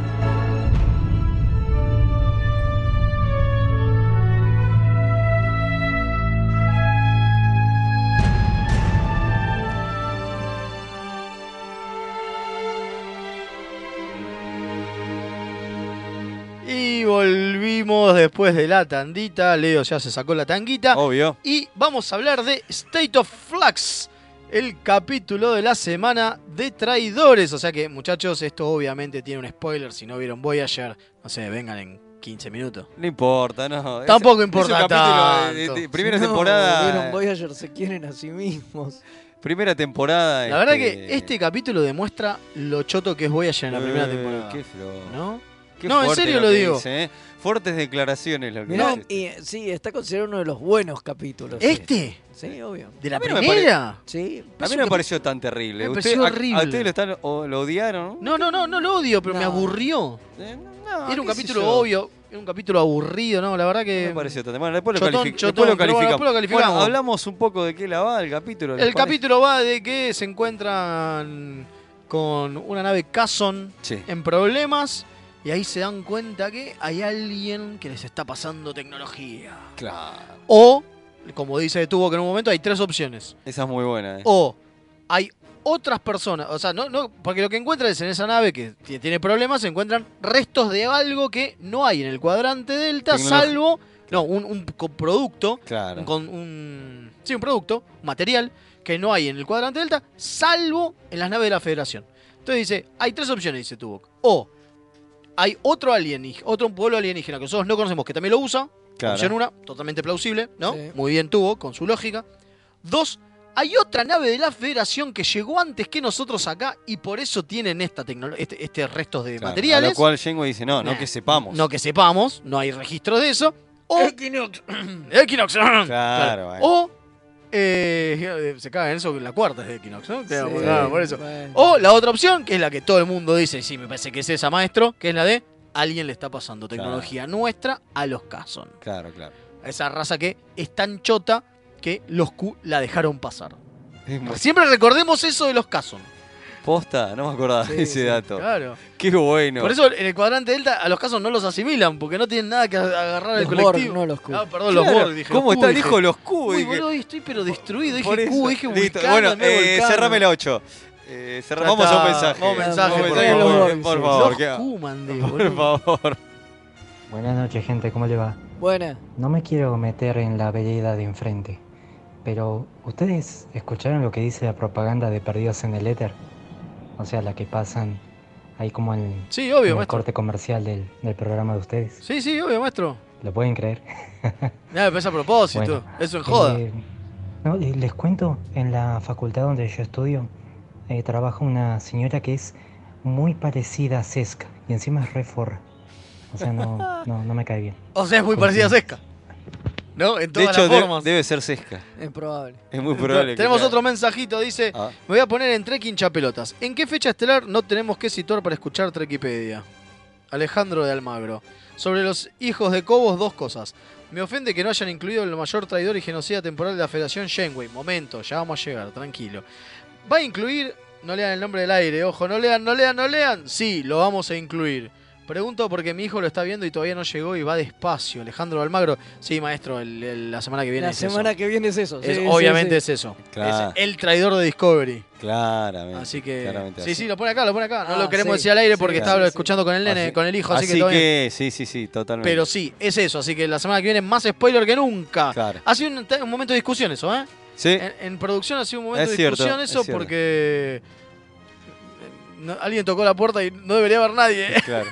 Y volvimos después de la Ah.
Oh.
tandita. Leo ya se sacó la tanguita.
Obvio.
Y vamos a hablar de State of Flux. el capítulo de la semana de traidores. O sea que, muchachos, esto obviamente tiene un spoiler. Si no vieron Voyager, no sé, vengan en 15 minutos.
No importa, no.
Tampoco
Ese-
importa
ese capítulo de- de-
tanto.
de primera
No,
temporada.
vieron Voyager se quieren a sí mismos.
Primera temporada.
La verdad
este,
que este capítulo demuestra lo choto que es Voyager en la primera
eh,
temporada.
Qué flojo.
¿No?
Qué
No, en
fuerte
serio lo
que
digo.
dice, ¿eh? Fuertes declaraciones lo que
Mirá,
dice.
y, eh, sí, está considerado uno de los buenos capítulos.
¿Este?
Sí, obvio.
¿De la
A mí no me
primera?
Sí.
A mí
un
no
capi-
me pareció tan terrible.
Me
Usted-
pareció
a-
horrible.
A, ustedes lo, están, o lo odiaron.
No, no, no, no lo odio, pero me
No.
aburrió.
Eh, no,
Era un
qué sé
capítulo
yo.
obvio, era un capítulo aburrido, ¿no? La verdad
No
que.
me pareció tan Bueno, después lo,
Eh, Chotón,
calific-
chotón,
después
pero bueno,
lo calificamos.
después lo calificamos.
Bueno, hablamos un poco de qué la va el capítulo. ¿les
El
parece?
capítulo va de que se encuentran con una nave Casson
Sí.
en problemas y ahí se dan cuenta que hay alguien que les está pasando tecnología.
Claro.
O, como dice Tuvo que en un momento hay tres opciones.
Esa es muy buena. eh.
O hay otras personas, o sea, no, no, porque lo que encuentran es en esa nave que ti- tiene problemas, se encuentran restos de algo que no hay en el cuadrante delta,
Tecnologi-
salvo, no, un, un co- producto
Claro.
un con un sí un producto un material que no hay en el cuadrante delta salvo en las naves de la Federación entonces dice hay tres opciones dice Tuvok o hay otro alienígena otro pueblo alienígena que nosotros no conocemos que también lo usa
Claro.
opción una totalmente plausible no
Sí.
muy bien Tuvok con su lógica dos hay otra nave de la Federación que llegó antes que nosotros acá y por eso tienen esta tecnolo- este, este restos de
Claro, A
materiales
lo cual Jango dice, no, no
Nah.
que sepamos.
no que sepamos no hay registro de eso o
Equinox.
[clears throat] Equinox. Claro.
bueno.
O. eh, se caga en eso, que la cuarta es de Equinox, ¿no? Claro,
Sí,
claro, Ah, por eso.
bueno.
O la otra opción, que es la que todo el mundo dice, sí, me parece que es esa, maestro, que es la de alguien le está pasando tecnología nuestra a los Kazon.
Claro, claro.
A esa raza que es tan chota que los Q la dejaron pasar.
Es muy-
Siempre recordemos eso de los Kazon.
Posta, no me acordaba
Sí,
de ese
sí,
dato.
Claro.
Qué bueno.
Por eso en el cuadrante delta a los Kazon no los asimilan, porque no tienen nada que agarrar al
Los Borg,
colectivo.
no los Q.
Ah, perdón,
Claro,
los Borg, dije.
¿Cómo
los Q,
está?
dije.
Dijo los Q.
Uy,
dije.
boludo, hoy estoy pero destruido. Dije
Por eso.
Q, dije
Listo.
vulcano,
Bueno,
andá
eh,
volcano.
cerrame la 8. Eh, cerra-
Ya
Vamos a
está.
un mensaje.
Vamos a un mensaje,
Vamos a un
por
mensaje,
favor.
por- por
Sí.
favor.
Los
queda-
Q, mandé,
[laughs] Por
boludo.
favor.
Buenas noches, gente, ¿cómo le va?
Buena.
No me quiero meter en la vereda de enfrente, pero ¿ustedes escucharon lo que dice la propaganda de Perdidos en el Éter? O sea, la que pasan ahí como en,
Sí,
en
obvio,
el
maestro.
corte comercial del, del programa de ustedes.
Sí, sí, obvio, maestro.
¿Lo pueden creer?
Nada, pero es a propósito.
Bueno,
Eso en
Ah.
joda.
Eh, no, eh, les cuento, en la facultad donde yo estudio, eh, trabaja una señora que es muy parecida a Sesca y encima es reforra. O sea,
[laughs]
no, no, no me cae bien.
O sea, es muy parecida a Sesca. ¿No? En
De
todas
hecho,
las
de-
formas.
debe ser sesca.
Es probable.
Es muy probable. que
Tenemos
sea.
otro mensajito, dice.
Ah,
Me voy a poner en Trek hinchapelotas. ¿En qué fecha estelar no tenemos que situar para escuchar Trekipedia? Alejandro de Almagro. Sobre los hijos de Cobos, dos cosas. Me ofende que no hayan incluido el mayor traidor y genocida temporal de la Federación Shenway. Momento, ya vamos a llegar, tranquilo. ¿Va a incluir? No lean el nombre del aire, ojo, no lean, no lean, no lean. Sí, lo vamos a incluir. Pregunto porque mi hijo lo está viendo y todavía no llegó y va despacio. Alejandro de Almagro. Sí, maestro, el- el- la semana que viene
La
es
semana
eso.
que viene es eso. sí,
Es-
sí,
obviamente
sí.
es eso.
Claro.
Es el traidor de Discovery.
claramente.
Así que.
Eh, claramente
sí,
así.
sí, lo pone acá, lo pone acá. No
Ah,
lo queremos
sí,
decir al aire
sí,
porque
sí,
estaba
sí.
escuchando con el nene,
Así-
con el hijo, así,
así
que, todo bien.
que, sí, sí, sí, totalmente.
Pero sí, es eso. Así que la semana que viene más spoiler que nunca.
Claro.
Ha sido un, ta- un momento de discusión eso, ¿eh?
Sí,
En, en producción ha sido un momento
Es
de
cierto,
discusión
es
eso
cierto.
porque. eh, no- alguien tocó la puerta y no debería haber nadie. ¿eh? [laughs]
claro.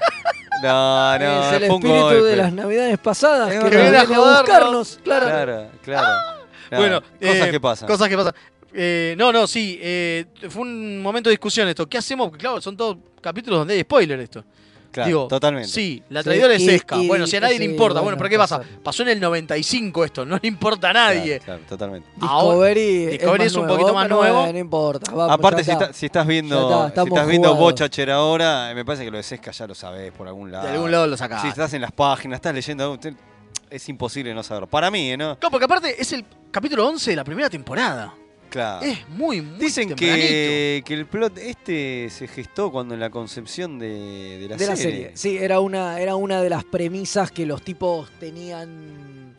No, no,
es el
fue un
espíritu
golpe.
de las navidades pasadas.
Es
que
verdad.
viene a
Viene a jodernos.
buscarnos, claro.
Claro, claro. Claro.
Ah. Bueno,
cosas
eh,
que pasan.
Cosas que pasan. Eh, no, no, sí. eh, fue un momento de discusión esto. ¿Qué hacemos? Porque, Claro, son todos capítulos donde hay spoiler esto.
claro,
digo,
totalmente.
Sí, la
Sí,
traidora
y-
es Esca.
y-
bueno, si a nadie
sí,
le importa. Bueno,
bueno,
pero ¿qué
pasa.
pasa? Pasó en el 95 esto, no le importa a
Claro,
nadie.
claro, totalmente.
Ahora-
Discovery,
Discovery
más
es un
nuevo,
poquito más
pero bueno,
nuevo.
No importa. vamos,
Aparte,
ya
si,
está.
está- si estás viendo,
Ya está,
si
estamos
estás viendo
jugados.
Bochacher ahora, eh, me parece que lo de Sesca ya lo sabés por algún lado.
De algún lado lo sacás.
Si estás en las páginas, estás leyendo, algo, te- es imposible no saberlo. Para mí, ¿eh, ¿no?
No, porque aparte es el capítulo 11 de la primera temporada.
Ah.
Claro.
Es muy, muy
Dicen
tempranito.
que, que el plot este se gestó cuando en la concepción de, de la
de la
serie.
serie. Sí, era una, era una de las premisas que los tipos tenían,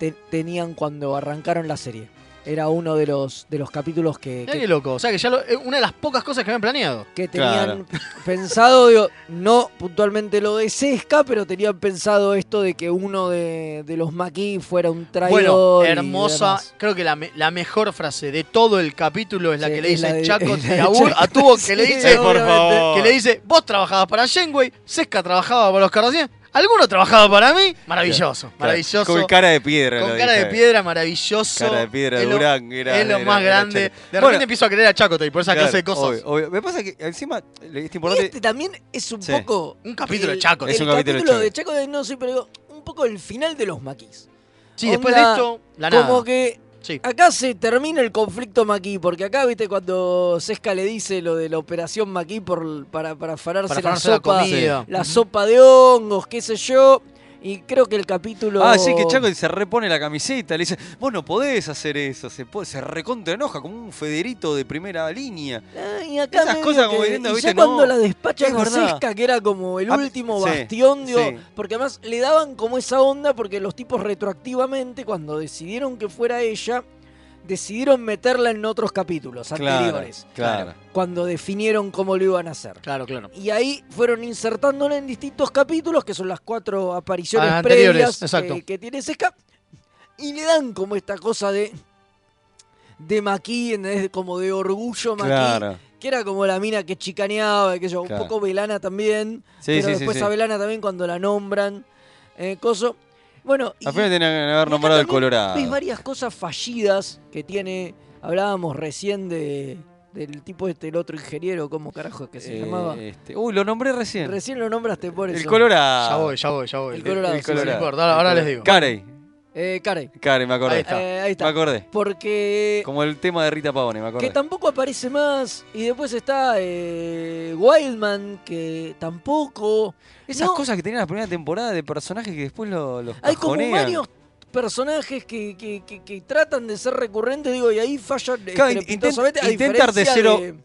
te- tenían cuando arrancaron la serie. era uno de los, de los capítulos que,
Mirá
que-
qué loco. O sea, que ya lo- es una de las pocas cosas que habían planeado.
que tenían pensado, digo, no puntualmente lo de Sesca, pero tenían pensado esto de que uno de, de los maquis fuera un traidor.
Bueno,
y
hermosa.
demás.
Creo que la, me- la mejor frase de todo el capítulo es la
Sí,
que le
es la
dice
de-
Chaco
es la de
Tiabur
Chaco,
a
[laughs]
Tubo, que
sí,
le dice,
por favor.
que le dice, vos trabajabas para Shenway, Sesca trabajaba para los Kardashian, alguno trabajaba para mí. Maravilloso,
Claro.
maravilloso.
Con cara de piedra.
Con
lo
cara
dije.
de piedra, maravilloso.
Cara de piedra,
Es lo-
Durán. era-
es lo
era-
más
era
grande.
chévere.
De repente
Bueno,
empiezo a creer a Chaco y por esa clase de
claro,
cosas.
obvio, obvio. Me pasa que encima eh, es
Y
importante.
este también es un
Sí.
poco.
Un capítulo
el-
de Chaco.
Es
el
un capítulo de Chaco.
de Chaco de No, sí, pero digo, un poco el final de los maquis.
Sí, después de
Onda,
esto, la
Como
nada.
que
Sí.
acá se termina el conflicto Maquis, porque acá, viste, cuando Sesca le dice lo de la operación Maquis por, para, para afanarse
Para
la
afanarse la
sopa,
comida.
la sopa de hongos, qué sé yo, y creo que el capítulo...
Ah, sí, que Chaco se repone la camiseta. Le dice, vos no podés hacer eso. Se, po- se recontra enoja como un Federito de primera línea.
Ah, y acá
Esas
medio
cosas como
que-
diciendo,
y
viste,
ya cuando
no,
la despachan
es
a
verdad.
Sesca, que era como el
Ah,
último
sí,
bastión, digo,
sí.
porque además le daban como esa onda, porque los tipos retroactivamente, cuando decidieron que fuera ella, decidieron meterla en otros capítulos
Claro,
anteriores,
claro.
cuando definieron cómo lo iban a hacer.
Claro, claro.
Y ahí fueron insertándola en distintos capítulos, que son las cuatro apariciones
Ah, anteriores,
previas eh,
exacto.
que, que tiene Sesca. Y le dan como esta cosa de. de Maquis, ¿entendés? como de orgullo Maquis.
Claro.
Que era como la mina que chicaneaba, que yo,
Claro.
un poco Velana también.
Sí,
pero
sí, sí,
después
sí.
a Velana también cuando la nombran. eh, coso. Bueno, y-
Al final tenían que haber
y acá
nombrado el
también Ves
Colorado.
varias cosas fallidas que tiene. Hablábamos recién de, del tipo este, el otro ingeniero, ¿cómo carajo es que se
Eh,
llamaba?
este, Uy, lo nombré recién.
Recién lo nombraste por eso.
el Colorado.
Ya voy, ya voy, ya voy.
El Colorado, sí,
No
sí.
importa, ahora, ahora les digo.
Carey.
Eh, Karen.
Carey, me acordé.
Ahí está.
Eh, ahí está.
Me acordé.
Porque.
Como el tema de Rita Pavone, me
Eh, Que
acordé.
tampoco aparece más. Y después está eh, Wildman, que tampoco.
Esas
No,
cosas que tenían la primera temporada de personajes que después lo- los
Hay como
cajonean.
varios personajes que, que- que- que tratan de ser recurrentes, digo, y ahí fallan
Claro, in-
estrepitosamente, a
intent- intentar de
diferencia
cero-
De,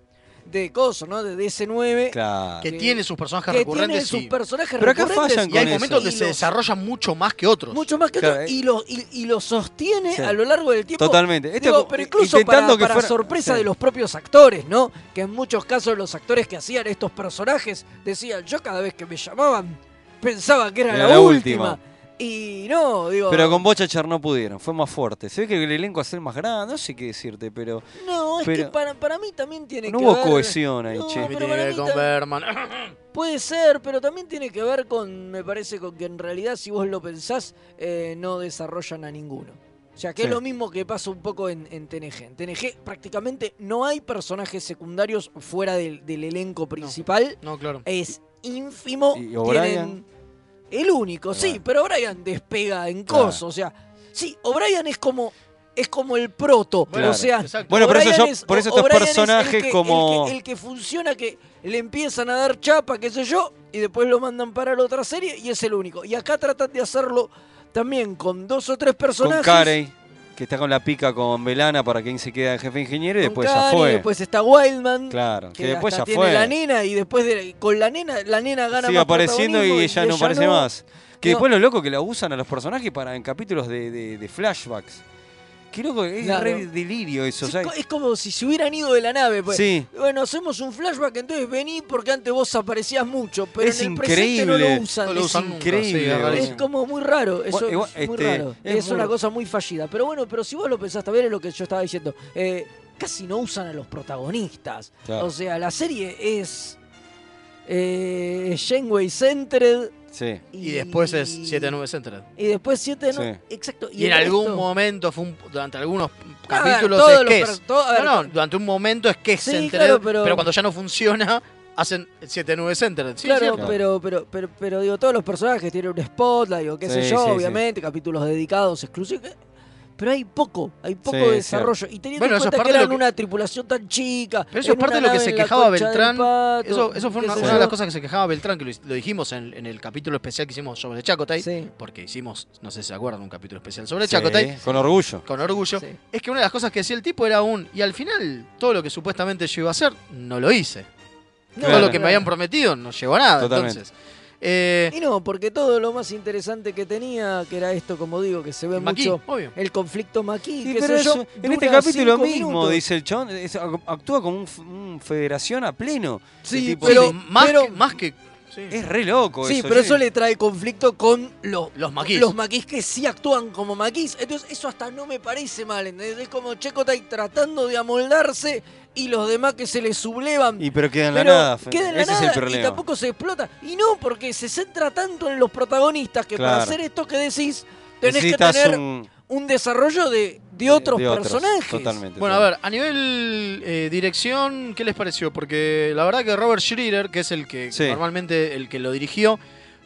de coso, ¿no? De DC9.
Claro.
Que
eh, que-
tiene sus personajes
Que tiene
recurrentes
sus
y,
personajes
Pero acá
recurrentes
fallan
y hay
con
momentos
eso.
donde
Y
se
los-
desarrollan mucho más que otros.
Mucho más que
Claro,
otros,
eh.
y lo, y, y lo sostiene
Sí.
a lo largo del tiempo.
Totalmente. Este
Digo,
co-
pero incluso
intentando
para,
que
para
fuera-
sorpresa
sí.
de los propios actores, ¿no? Que en muchos casos los actores que hacían estos personajes decían, yo cada vez que me llamaban pensaba que era, la, última. Y no, digo,
Pero con Bocha Char no pudieron, fue más fuerte. Se ve que el elenco hace más grande, no sé qué decirte, pero
no, es
pero-
que para, para mí también tiene
no
que
hubo
ver...
cohesión ahí,
No,
che.
Que
pero
tiene
para
que ver
mí
con
tam-
Berman.
Puede ser, pero también tiene que ver con, me parece, con que en realidad, si vos lo pensás, eh, no desarrollan a ninguno. O sea, que
Sí.
es lo mismo que pasa un poco en, en TNG. En TNG prácticamente no hay personajes secundarios fuera del, del elenco principal.
[coughs] No, claro.
Es ínfimo.
¿Y O'Brien?
Tienen el único, sí,
O'Brien.
pero O'Brien despega en
Claro.
coso. O sea, sí, O'Brien es como... Es como el proto,
Claro.
o sea,
Exacto.
Bueno, pero eso
O'Brien
yo-
es-
por eso estos
O'Brien es el
personajes
que- el
como-
que- el que funciona, que le empiezan a dar chapa, qué sé yo, y después lo mandan para la otra serie y es el único. Y acá tratan de hacerlo también con dos o tres
Con
personajes.
Carey, que está con la pica con Velana para que ahí se queda el jefe ingeniero y
Con
después ya
Carey,
fue.
Después está Wildman.
claro, que,
Que,
después
hasta
ya
tiene
fue.
la nena y después de- con la nena, la nena gana
Sigue
más
apareciendo
protagonismo
y ya no aparece más. Que
No.
después los locos que la usan a los personajes para en capítulos de, de- de flashbacks. Qué loco, es
Claro.
re delirio eso.
Sí,
o sea,
co- es como si se hubieran ido de la nave. pues.
Sí.
Bueno, hacemos un flashback, entonces vení porque antes vos aparecías mucho, pero
es
en el
increíble.
presente no lo usan.
No lo
Es
usan nunca, sí,
increíble.
es rarísimo.
Es como muy raro, eso
Bueno, igual,
es muy
este,
raro.
es
Es,
muy
una
raro.
cosa muy fallida. Pero bueno, pero si vos lo pensás también es lo que yo estaba diciendo. eh, casi no usan a los protagonistas.
Claro.
O sea, la serie es eh, Janeway Centered
Sí.
Y después es 79 Central.
Y después 7 no,
Sí.
exacto.
Y, en
el
algún
resto-
momento, fue un- durante algunos
A ver,
capítulos,
todos
es
los
que
per-
es.
todo- a ver,
no, no, durante un momento es que es
Sí,
Central,
claro,
pero...
pero-
cuando ya no funciona, hacen el 7-9 Central. Sí,
claro,
cierto.
pero, pero, pero, pero digo, todos los personajes tienen un spotlight o qué
Sí,
sé yo,
sí, sí.
obviamente, capítulos dedicados, exclusivos. eh, Pero hay poco, hay poco
Sí,
desarrollo. Y teniendo
Bueno,
en
eso es
cuenta
parte
que
de lo
eran
que-
una tripulación tan chica.
Pero eso es
en
parte
una
de lo que
nave
se
en la
quejaba
concha del
Beltrán.
pato,
Eso, eso fue
qué
una,
sé
una de las
yo.
cosas que se quejaba Beltrán, que lo, lo dijimos en, en el capítulo especial que hicimos sobre Chacotay.
Sí.
Porque hicimos, no sé si se acuerdan, un capítulo especial sobre
Sí,
Chacotay.
Con orgullo.
Con orgullo.
Sí.
Es que una de las cosas que decía el tipo era un. Y al final, todo lo que supuestamente yo iba a hacer, no lo hice.
No,
Todo
Claro.
lo que me habían prometido no llegó a nada.
Totalmente.
Entonces, Eh,
Y no, porque todo lo más interesante que tenía, que era esto, como digo, que se ve
Maquis,
mucho el conflicto maquí,
Sí,
qué
pero
sé yo,
eso, en este
dura
capítulo
cinco
mismo,
minutos.
dice el chabón, es- actúa como un, f- un federación a pleno.
Sí,
El
pero-
es-
más, que, más que-
Es re loco
Sí,
eso.
pero
yo-
eso le trae conflicto con los,
Los maquis.
Los maquis que sí actúan como maquis. Entonces, eso hasta no me parece mal. ¿entendés? Es como Checo está ahí tratando de amoldarse y los demás que se le sublevan.
Y pero queda en la
Pero
nada. Fe.
queda en la
Ese
nada
es el problema.
Y tampoco se explota. Y no, porque se centra tanto en los protagonistas que para
Claro.
hacer esto que decís, tenés
Necesitas
que tener
un-
un, desarrollo de, de otros
de otros,
personajes.
totalmente.
Bueno, a ver, a nivel eh, dirección, ¿qué les pareció? Porque la verdad que Robert Schreeder, que es el que
Sí.
normalmente el que lo dirigió,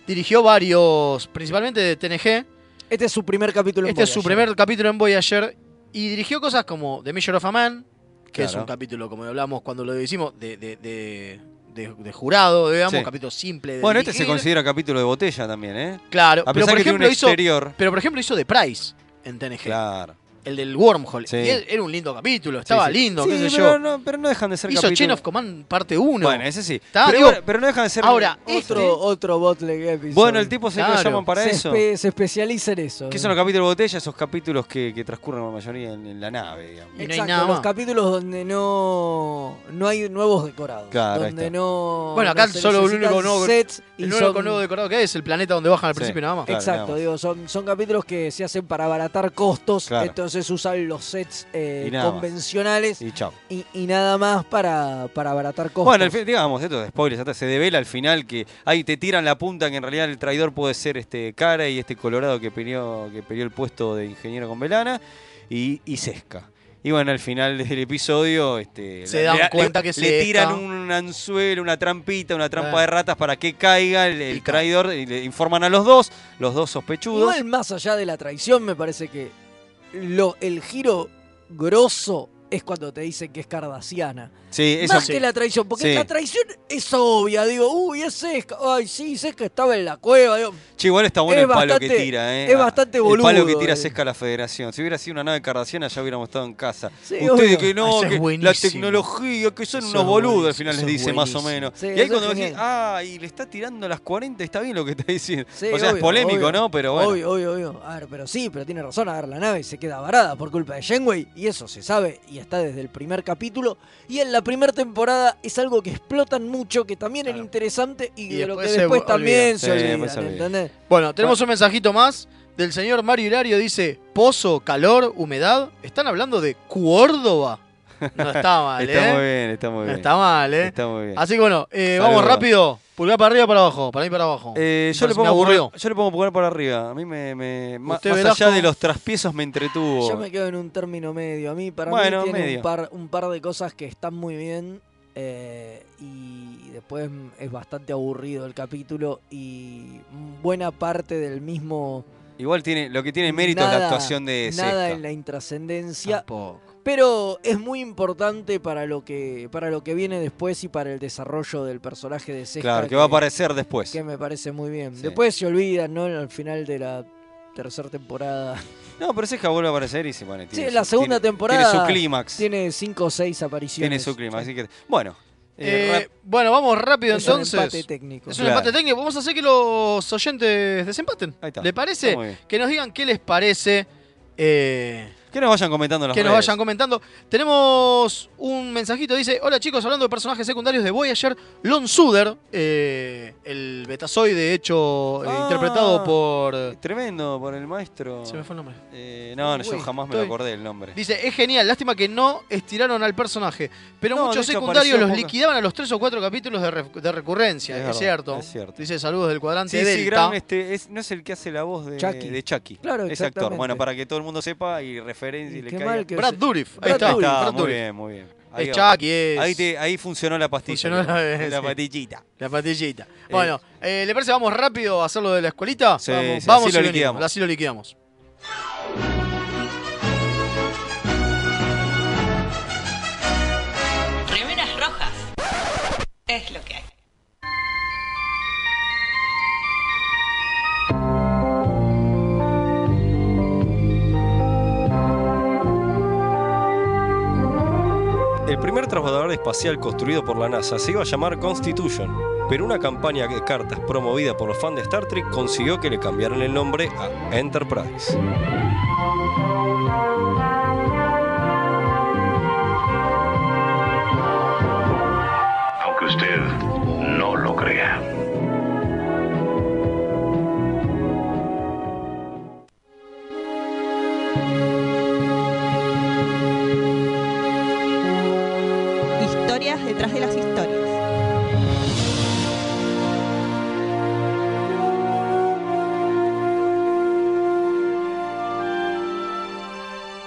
dirigió varios, principalmente de TNG.
Este es su primer capítulo en
Este es su
Voyager.
primer capítulo en Voyager y dirigió cosas como The Measure of a Man, que es
Claro.
un capítulo, como hablamos cuando lo hicimos, de, de- de- de- de jurado, digamos,
Sí.
un capítulo simple. De
Bueno, este se
dirigir.
considera capítulo de botella también, ¿eh?
Claro,
a
pero
pesar
por,
que tiene un
ejemplo, hizo,
exterior.
pero por ejemplo hizo The Price en TNG,
Claro.
el del Wormhole.
Sí.
Y él- era un lindo capítulo, estaba
Sí, sí.
lindo,
Sí,
qué sé
pero
yo.
No, pero no dejan de ser
Hizo
capítulos.
Chain of Command parte 1.
Bueno, ese sí.
Está,
Pero,
digo,
bueno, pero no dejan de ser.
ahora,
Otro,
este-
otro botleg episode.
Bueno, el tipo se lo
Claro.
llaman para
se,
eso.
espe- se especializa en eso.
Que son los capítulos de botella, esos capítulos que, que transcurren la mayoría en, en la nave, digamos.
Y no hay
Exacto,
nada
los
más.
capítulos donde no, no hay nuevos decorados.
Claro, ahí
donde
está.
no.
Bueno, acá
no se
solo el
necesitan
único nuevo,
sets y
el único
son-
nuevo decorado que es el planeta donde bajan al
Sí.
principio nada más.
Claro,
Exacto,
digamos.
digo, son, son capítulos que se hacen para abaratar costos,
Claro.
entonces usan los sets eh,
Y nada más.
convencionales
Y chao.
y, y nada más para, para abaratar costos.
Bueno, al fin- digamos, esto es spoilers, hasta se devela al final que ahí te tiran la punta que en realidad el traidor puede ser este cara y este colorado que peleó, que peleó el puesto de ingeniero con Velana y, y Sesca. Y bueno, al final del episodio este,
Se
le-
dan
le,
cuenta que
le
Sesca-
tiran un anzuelo, una trampita, una trampa
Claro.
de ratas para que caiga el, el
Pica.
traidor y le informan a los dos, los dos sospechudos.
Igual más allá de la traición, me parece que lo, el giro grosso es cuando te dicen que es cardasiana.
sí, eso
Más que la traición, porque
Sí.
la traición es obvia. Digo, uy, es Sesca. Ay, sí, Sesca estaba en la cueva. digo,
Che, igual está bueno
Es
el palo que
bastante-
tira, ¿eh?
es
Ah,
bastante
El palo que
boludo,
tira
eh.
Sesca a la federación. Si hubiera sido una nave cardaciana, ya hubiéramos estado en casa.
Sí,
Ustedes
obvio.
que
Eso
no,
Ah, es
que la
buenísimo.
tecnología, que son
Eso
unos
es
boludos, al
buenísimo,
final les
eso es
dice más o
buenísimo.
menos.
Sí,
y
eso
ahí
es
cuando decís,
genial.
ah, y le está tirando a las 40, está bien lo que está diciendo.
sí,
o sea, es
obvio,
polémico,
obvio.
¿no? Pero bueno.
Obvio, obvio, obvio. A ver, pero sí, pero tiene razón. A ver, la nave se queda varada por culpa de Janeway. Y eso se sabe. Y está desde el primer capítulo. Y en la primera temporada es algo que explotan mucho, que también
Claro.
era interesante. Y,
Y
de lo que
después se
después
olvidan.
también se
Sí,
olvidan,
después se olvidan.
¿entendés?
Bueno, tenemos un mensajito más del señor Mario Hilario. Dice, pozo, calor, humedad. ¿Están hablando de Córdoba? No
[laughs]
está mal,
está
¿eh?
muy bien, está muy
No
bien.
está mal, ¿eh?
Está muy bien.
Así que bueno, eh,
Saludos.
vamos rápido. Pulgar para arriba para abajo. Para mí para abajo.
Eh, yo,
Me
le pongo
aburrió.
pulgar- yo le pongo pulgar para arriba. A mí me. me- ma- más
Usted, Velasco.
allá de los traspiezos me entretuvo.
Yo me quedo en un término medio. A mí, para
Bueno,
mí, tiene
medio.
un par, un par de cosas que están muy bien. eh, y después es bastante aburrido el capítulo. Y buena parte del mismo.
Igual tiene, lo que tiene mérito es la
nada-
actuación de Ah.
Nada
Sesca.
en la intrascendencia.
Tampoco.
Pero es muy importante para lo que para lo que viene después y para el desarrollo del personaje de Sesca.
Claro, que va a aparecer después.
Que me parece muy bien.
Sí.
Después se olvidan, ¿no? Al final de la tercera temporada.
No, pero Sesca vuelve a aparecer y se pone.
Sí,
tiene
en la
su-
segunda
tiene-
temporada.
Tiene su clímax. Tiene,
Tiene 5 o 6 apariciones.
su clímax. Así que. Bueno. eh,
Eh,
rap-
bueno, vamos rápido
Es
entonces.
un empate técnico.
Es un
Claro.
empate técnico. Vamos a hacer que los oyentes desempaten.
Ahí está.
¿Le
Está
parece?
muy bien.
Que nos digan qué les parece. Eh,
que nos vayan comentando en las
que nos
redes.
vayan comentando. Tenemos un mensajito, dice, hola chicos, hablando de personajes secundarios de Voyager, Lon Suder, eh, el betazoide hecho, eh,
Ah.
interpretado por...
Tremendo por el maestro.
Se me fue el nombre.
Eh, no, no, yo
Uy,
jamás me
estoy-
lo acordé el nombre.
Dice, es genial, lástima que no estiraron al personaje, pero
No,
muchos
de hecho,
secundarios
apareció
los
poca.
liquidaban a los tres o cuatro capítulos de, re- de recurrencia,
Es
es,
verdad,
cierto.
es cierto.
Dice, saludos del cuadrante
Sí, sí,
Delta.
Graham este, es, no es el que hace la voz de
Chucky.
de Chucky.
Claro,
Ese actor.
exactamente.
Bueno, para que todo el mundo sepa y referencia y,
Y
le
qué
caiga.
mal que-
Brad Dourif,
Brad
ahí está.
Ahí está,
Brad
muy
Dourif.
bien, muy bien. Ahí
Es
va.
Chucky, es...
Ahí, te- ahí funcionó la pastilla.
Funcionó la-
[laughs] la
sí.
pastillita.
La patillita. Bueno, eh, ¿le parece vamos rápido a hacerlo de la escuelita?
Sí,
Ah, vamos,
sí,
vamos
así lo
y venimos,
liquidamos.
así lo liquidamos.
Remeras rojas. Es lo que hay.
El primer transbordador espacial construido por la NASA se iba a llamar Constitution, pero una campaña de cartas promovida por los fans de Star Trek consiguió que le cambiaran el nombre a Enterprise.
aunque usted no lo crea.
Historias detrás de las historias.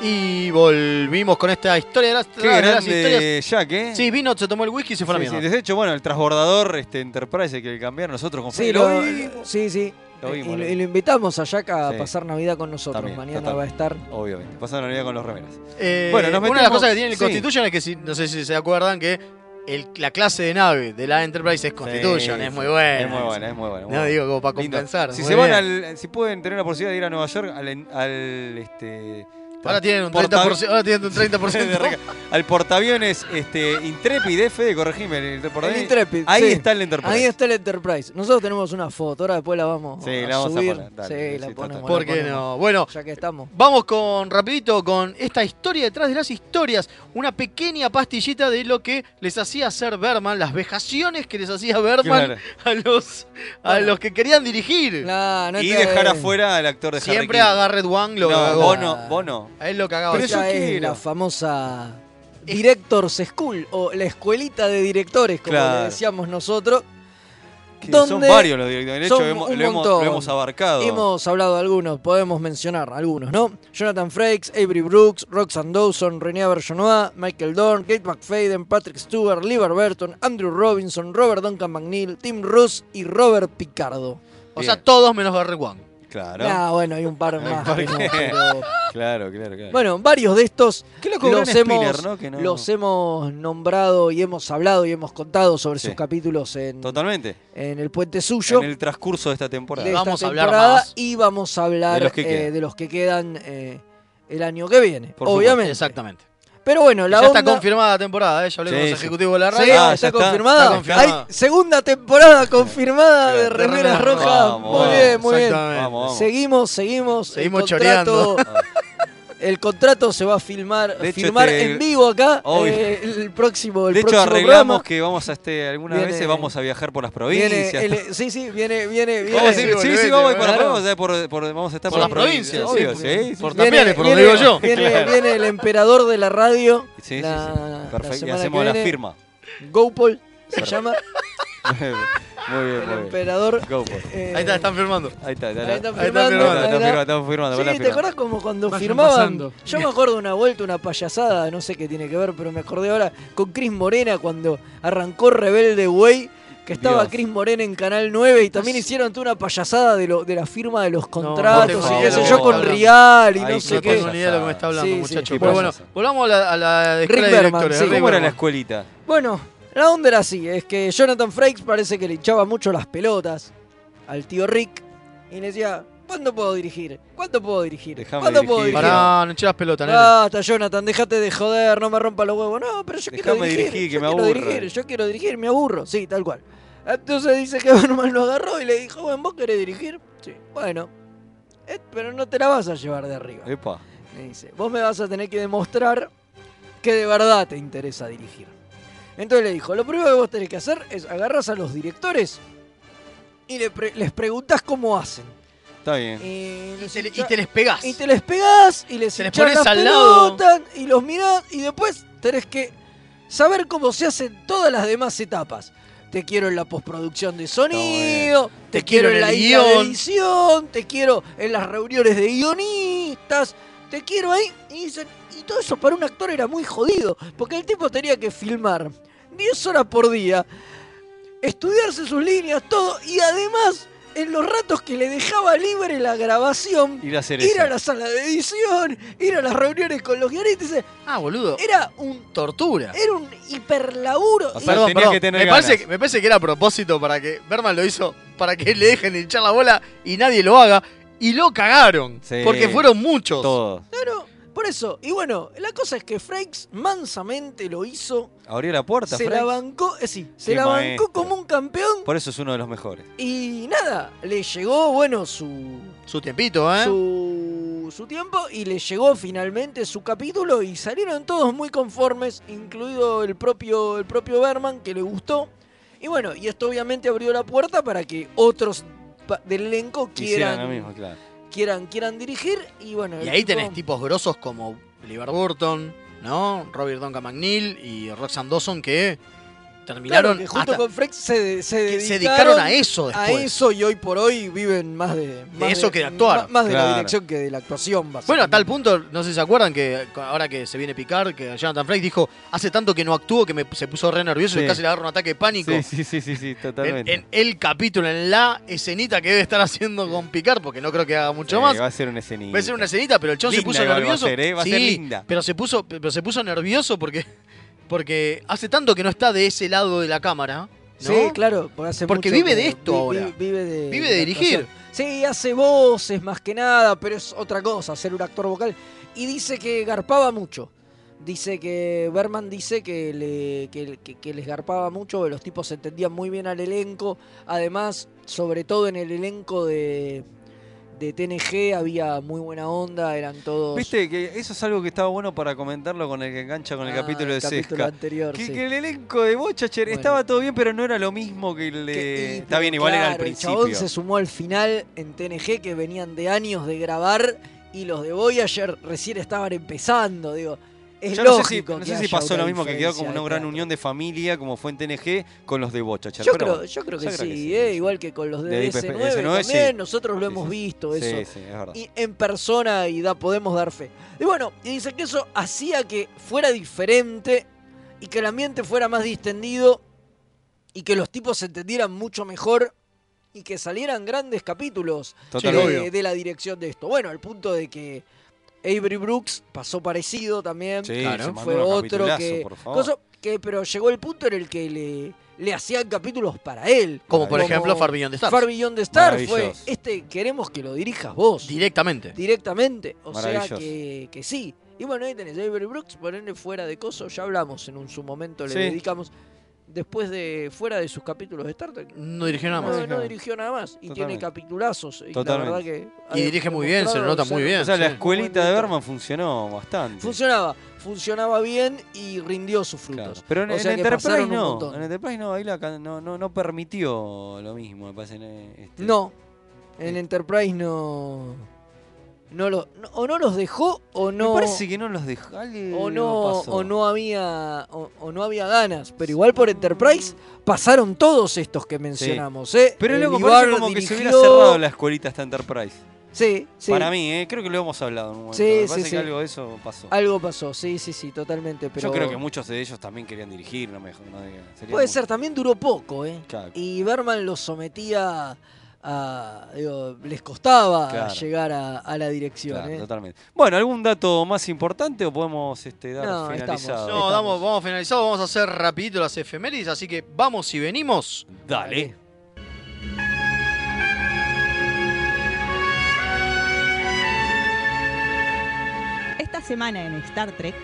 Y volvimos con esta historia de las,
Qué
de las
grande, Jack, ¿eh?
Sí, vino, se tomó el whisky y se fue a la
Sí, sí,
mierda.
de hecho, bueno, el transbordador este, Enterprise el que le cambiaron nosotros con
Sí,
lo
lo-
vimos.
sí, sí.
Lo
y,
vimos,
lo-
lo
y lo invitamos a Jack a
Sí.
pasar Navidad con nosotros.
También,
Mañana
total.
va a estar.
Obviamente, pasaron la Navidad con los remeras.
Eh,
Bueno, nos
una de las
metemos-
cosas que tiene el
sí.
Constitution es que, si- no sé si se acuerdan, que el- la clase de nave de la Enterprise es Constitution,
Sí,
es
sí.
muy buena.
Es muy buena, es muy buena. muy
No,
buena.
digo, como para
Lindo.
compensar.
Si,
muy
se van
bien.
al, si pueden tener la posibilidad de ir a Nueva York, al. en- al, este,
Ahora tienen un
porta-
30%, ahora tienen
[laughs]
un 30%.
de reca- al portaaviones este, Intrepid, F, de corregime. El,
El
portaaviones-
Intrepid.
Ahí
sí.
está el Enterprise.
Ahí está el Enterprise. Nosotros tenemos una foto, ahora después la vamos
Sí,
a
la vamos a
subir.
poner, dale,
sí,
sí,
la
está,
ponemos.
¿Por
la
qué
ponemos.
no? Bueno,
Ya que estamos.
Vamos con rapidito con esta historia detrás de las historias, una pequeña pastillita de lo que les hacía hacer Berman, las vejaciones que les hacía Berman
Claro.
a los a los que querían dirigir.
y dejar afuera al actor de Harry
Siempre
King.
a Garrett Wang lo
no,
cagó.
vos no, vos no.
A él lo cagaba.
Pero esa es la famosa Directors School o la escuelita de directores, como
Claro.
le decíamos nosotros.
Que son
donde
varios los directores. De hecho,
son
hemos-
un
lo, hemos,
montón.
lo hemos abarcado.
Hemos hablado de algunos, podemos mencionar algunos, ¿no? Jonathan Frakes, Avery Brooks, Roxanne Dawson, René Bergenois, Michael Dorn, Kate McFadden, Patrick Stewart, Lee Burton, Andrew Robinson, Robert Duncan McNeil, Tim Russ y Robert Picardo.
O sea, todos menos Garrett Wang.
Claro.
Ah, bueno, hay un par más.
¿Por
que no,
qué?
pero-
Claro, claro, claro.
[laughs] Bueno, varios de estos
Qué loco,
los,
Brian
hemos,
Spiller, ¿no? Que no-
los hemos nombrado y hemos hablado y hemos contado sobre
Sí.
sus capítulos en,
Totalmente.
en el puente suyo.
En el transcurso de esta temporada.
de esta temporada Y vamos a hablar
De los que
eh,
quedan.
de los que quedan eh, el año que viene,
Por supuesto.
obviamente.
Exactamente.
Pero bueno,
Que
la
ya está
onda-
confirmada la temporada, ¿eh? ya hablé con
Sí,
los
sí.
ejecutivos de la
Sí,
radio.
ah, está, confirmada.
Está confirmada.
Hay segunda temporada confirmada de Remeras
Remeras
Rojas.
Rojas.
muy bien, muy bien.
Exactamente. Vamos, vamos.
Seguimos, seguimos.
Seguimos
el contrato,
choreando.
[laughs] El contrato se va a filmar,
De hecho,
firmar
este-
en vivo acá
Obvio.
eh, el próximo, el
de hecho,
próximo
arreglamos
programa.
que vamos a este, algunas
Viene-
veces vamos a viajar por las
Viene
provincias.
el- sí, sí, viene, viene, viene.
[laughs] Vamos a decir, sí, sí, vamos a ir por las
Claro.
provincias, o sea, por- por- vamos a estar
Por
por,
las provincias,
obvio,
sí,
sí,
por-
sí,
por
sí.
También, por lo digo yo.
Viene,
Claro.
viene el emperador de la radio.
Sí, sí,
la-
sí.
la
Perfecto, y
semana
hacemos
que
la
viene.
firma.
Gopol se
Perfecto.
llama.
[laughs] muy bien, muy bien.
emperador,
Go for it.
eh,
Ahí está, están firmando.
Ahí está, ahí está.
Ahí están
Ahí están
firmando,
firmando,
ahí
están
está.
firmando, están firmando,
Sí,
van a
¿te
firmar.
acordás como cuando
Vayan
firmaban?
pasando.
Yo me acuerdo una vuelta, una payasada, no sé qué tiene que ver, pero me acordé ahora con Cris Morena cuando arrancó Rebelde Way, que estaba
Dios.
Cris Morena en Canal 9 y también hicieron toda una payasada de, lo, de la firma de los contratos
por
y qué sé
favor.
yo con
Ay,
Real y no
qué
sé
No tengo
qué.
ni idea de lo que me está hablando,
Sí, sí.
muchachos.
Qué
Pero bueno,
payasada.
volvamos a la, a la escuela
Rick
de
Berman,
directores.
sí.
Rick
¿Cómo era
la
Berman.
escuelita?
Bueno, la onda era así, es que Jonathan Frakes parece que le hinchaba mucho las pelotas al tío Rick y le decía, ¿cuándo puedo dirigir? ¿Cuándo puedo dirigir?
Déjame
¿Cuándo puedo
dirigir.
dirigir?
Pará, no eché las pelotas, nene.
Basta, Jonathan, déjate de joder, no me rompa los huevos. No, pero yo quiero
Déjame
dirigir.
dirigir, que
yo
me
quiero
aburre.
dirigir, yo quiero dirigir, me aburro. Sí, tal cual. Entonces dice que [laughs] Berman lo agarró y le dijo, bueno, ¿vos querés dirigir? Sí. Bueno, eh, pero no te la vas a llevar de arriba.
Epa.
Me dice, vos me vas a tener que demostrar que de verdad te interesa dirigir. Entonces le dijo, lo primero que vos tenés que hacer es agarras a los directores y le pre- les preguntás cómo hacen.
Está bien.
Y, les
te, le-
hincha-
y te les pegás.
Y te les pegás y les,
Te les
hinchás
pones
las
al lado.
pelotas y los mirás y después tenés que saber cómo se hacen todas las demás etapas. Te quiero en la postproducción de sonido, te, quiero, en la
el
isla de
guión.
edición, te quiero en las reuniones de guionistas, te quiero ahí. Y dicen, y todo eso para un actor era muy jodido, porque el tipo tenía que filmar 10 horas por día, estudiarse sus líneas, todo, y además, en los ratos que le dejaba libre la grabación,
Ir a hacer
ir
eso.
a la sala de edición, ir a las reuniones con los guionistas. eh,
Ah, boludo.
Era un
tortura.
Era un hiperlaburo.
O sea,
perdón,
tenía
perdón.
que tener
me,
ganas.
parece, que- me parece que era a propósito para que Berman lo hizo para que le dejen hinchar la bola y nadie lo haga. Y lo cagaron.
Sí.
Porque fueron muchos.
Todos.
Claro, Por eso, y bueno, la cosa es que Frakes mansamente lo hizo.
Abrió la puerta,
se la
Frank.
bancó, eh, sí, se
Qué
la
maestro.
bancó como un campeón
Por eso es uno de los mejores.
y nada, le llegó, bueno, su
Su tiempito,
Ah.
¿eh?
su, su tiempo y le llegó finalmente su capítulo y salieron todos muy conformes, incluido el propio, el propio Berman, que le gustó. Y bueno, y esto obviamente abrió la puerta para que otros pa- del elenco
Hicieran lo
quieran,
mismo, claro.
quieran, quieran dirigir. Y bueno,
Y
el
ahí
tipo-
tenés tipos grosos como Oliver Burton, ¿no? Robert Duncan McNeil y Roxanne Dawson que terminaron
Claro, que junto
hasta-
con Frex se, se
que
dedicaron,
se dedicaron a eso después.
A eso y hoy por hoy viven más de, más
eso que de actuar.
ma- Más de
Claro.
la dirección que de la actuación, básicamente.
Bueno, a tal punto, no sé si se acuerdan que ahora que se viene Picard, que Jonathan Frakes dijo, hace tanto que no actúo que me, se puso re nervioso
Sí.
y casi le agarró un ataque de pánico.
Sí, sí, sí, sí, sí,
En,
totalmente.
en el capítulo, en la escenita que debe estar haciendo con Picard, porque no creo que haga mucho
Sí,
más.
Va a ser una escenita.
Va a ser una escenita, pero el chon se
Linda
puso
igual va a
nervioso.
ser, ¿eh? Va a
sí,
ser linda.
Pero se puso, pero se puso nervioso porque, porque hace tanto que no está de ese lado de la cámara. ¿no?
Sí, claro, porque, hace
Porque
mucho
vive
que
de esto
vi-
ahora.
vi- Vive de,
Vive
la
de dirigir.
actuación. Sí, hace voces más que nada, pero es otra cosa, ser un actor vocal. Y dice que garpaba mucho. Dice que Berman dice que, le, que, que- que les garpaba mucho, que los tipos se entendían muy bien al elenco. Además, sobre todo en el elenco de, de TNG había muy buena onda, eran todos...
Viste que eso es algo que estaba bueno para comentarlo con el que engancha con el
Ah,
capítulo de
el capítulo
Sesca.
anterior,
que,
sí.
que el elenco de Bochacher
Bueno.
estaba todo bien, pero no era lo mismo que el de.
Que- y,
Este, Está
pero
bien, igual era al
claro, el
principio.
chabón se sumó al final en TNG que venían de años de grabar y los de Voyager recién estaban empezando, digo. Es
Yo no sé si,
lógico
no
que
sé si
haya
pasó
una
lo mismo, que quedó como una
diferencia de
gran
trato.
unión de familia, como fue en TNG, con los de Bochacher.
Yo
pero
creo,
bueno,
yo creo que
yo
sí, eh, igual que con los de,
De
DS9,
DS9, sí.
también, nosotros
Sí,
lo hemos
sí.
visto
Sí,
eso.
sí, es verdad.
Y en persona y da, podemos dar fe. Y bueno, y dice que eso hacía que fuera diferente y que el ambiente fuera más distendido y que los tipos se entendieran mucho mejor y que salieran grandes capítulos
Total,
de-
obvio.
de, la dirección de esto. Bueno, al punto de que Avery Brooks pasó parecido también.
Sí, Claro. se mandó
Fue
unos
otro que,
capitulazos, por favor.
cosa que- pero llegó el punto en el que le, le hacían capítulos para él.
Como por ejemplo Far Beyond the Stars.
Far Beyond the Stars fue
Maravilloso.
este queremos que lo dirijas vos
Directamente.
directamente. O sea
Maravilloso.
que, que sí. Y bueno, ahí tenés Avery Brooks, ponerle fuera de coso, ya hablamos en un su momento, le
Sí.
dedicamos. Después de fuera de sus capítulos de Star Trek.
No dirigió nada más.
No, no dirigió nada más. Y tiene
Totalmente.
capitulazos. Y
Totalmente.
la verdad que
Y
ha
dirige muy bien, se lo
demostrado
nota muy
ser-
bien.
O sea, la
sí.
escuelita de Berman funcionó bastante.
Funcionaba, funcionaba bien y rindió sus frutos.
Pero en,
o sea
en
que
Enterprise
pasaron un
no.
montón.
En Enterprise no, ahí la ca- no, no, no permitió lo mismo, me parece. en, eh, este-
No, en Enterprise no. no, lo, no- o no los dejó o no.
Me parece que no los dejó. algo
o no,
pasó.
o no había o, o no había ganas pero igual por Enterprise pasaron todos estos que mencionamos ¿eh?
Pero
El
luego parece
Ibar
como que se hubiera
dirigió-
cerrado la escuelita hasta Enterprise.
sí, sí.
Para mí, eh, creo que lo hemos hablado en un momento.
Sí,
me
sí,
parece
sí.
que algo de eso pasó.
algo pasó sí sí sí totalmente pero
Yo creo que muchos de ellos también querían dirigir, no me no diga, sería
puede
muy-
ser también duró poco ¿eh?
Claro.
y Berman los sometía a digo, les costaba
Claro.
llegar a, a la dirección
Claro,
¿eh?
totalmente. Bueno, ¿algún dato más importante o podemos este, dar
No,
finalizado?
No, damos, vamos finalizado, vamos a hacer rapidito las efemérides, así que vamos y venimos.
Dale.
Esta semana en Star Trek,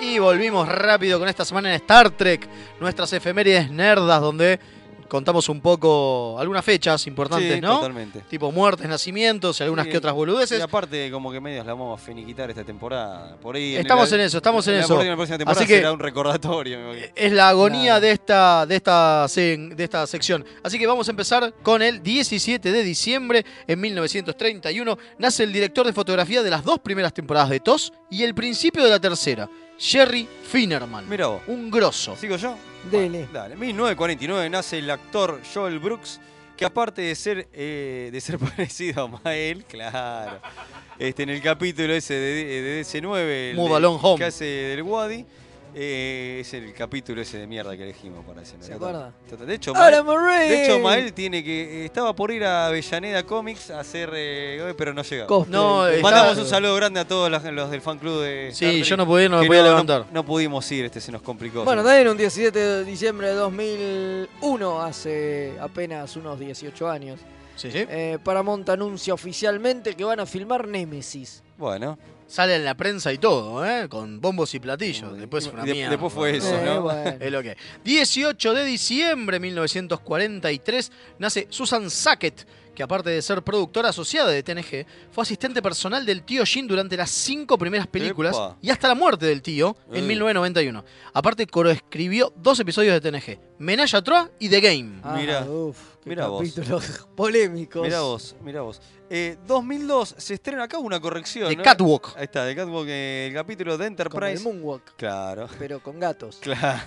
Y volvimos rápido con esta semana en Star Trek, nuestras efemérides nerdas, donde contamos un poco algunas fechas importantes,
Sí,
¿no?
totalmente.
Tipo muertes, nacimientos y algunas
Sí,
que otras
Y
boludeces.
aparte, como que medios la vamos a finiquitar esta temporada. Por ahí.
Estamos en eso, estamos en
la
eso.
próxima- La próxima temporada
Así que-
será un recordatorio. me imagino.
Eh, Es la agonía de, esta, de, esta, sen- de esta sección. Así que vamos a empezar con el 17 de diciembre en 1931. Nace el director de fotografía de las dos primeras temporadas de TOS y el principio de la tercera, Jerry Finerman.
Mirá vos.
Un grosso.
¿Sigo yo?
Dele.
Dale. En 1949 nace el actor Joel Brooks, que aparte de ser, eh, de ser [laughs] parecido a Mael, claro. Este, en el capítulo ese de, de DC9, el
Move
de-
Along Home.
que hace del Wadi, Eh, es el capítulo ese de mierda que elegimos para ese ¿Se
acuerda?
De hecho,
¡Hola,
Mael,
Maureen!
de hecho, Mael tiene que. eh, Estaba por ir a Avellaneda Comics a hacer. eh, hoy, pero no llega.
Cosplay. No,
Mandamos
estaba-
un saludo grande a todos los, los del fan club de.
Sí,
Star Trek,
yo no pude ir, no me
que
podía levantar.
No, pudimos ir, este se nos complicó.
Bueno, también un 17 de diciembre de 2001, hace apenas unos 18 años.
Sí, sí.
Paramount anuncia oficialmente que van a filmar Nemesis.
Bueno.
Sale en la prensa y todo, ¿eh? Con bombos y platillos. Después fue una
de-
mierda.
después fue eso, Eh, ¿no? bueno.
Es lo que. 18 de diciembre de 1943 nace Susan Sackett, que aparte de ser productora asociada de TNG, fue asistente personal del tío Jim durante las cinco primeras películas
Epa.
y hasta la muerte del tío en
Eh.
1991. Aparte, coescribió dos episodios de TNG: Menage a Troa y The Game.
Ah,
Mirá.
uf, qué
Mirá vos.
capítulos [laughs] polémicos.
Mirá vos, mirá vos. Eh, 2002 se estrena acá una corrección.
De
¿no?
Catwalk.
Ahí está, de Catwalk, eh, el capítulo de
Como el
Enterprise.
Moonwalk,
Claro. [laughs]
pero con gatos.
Claro.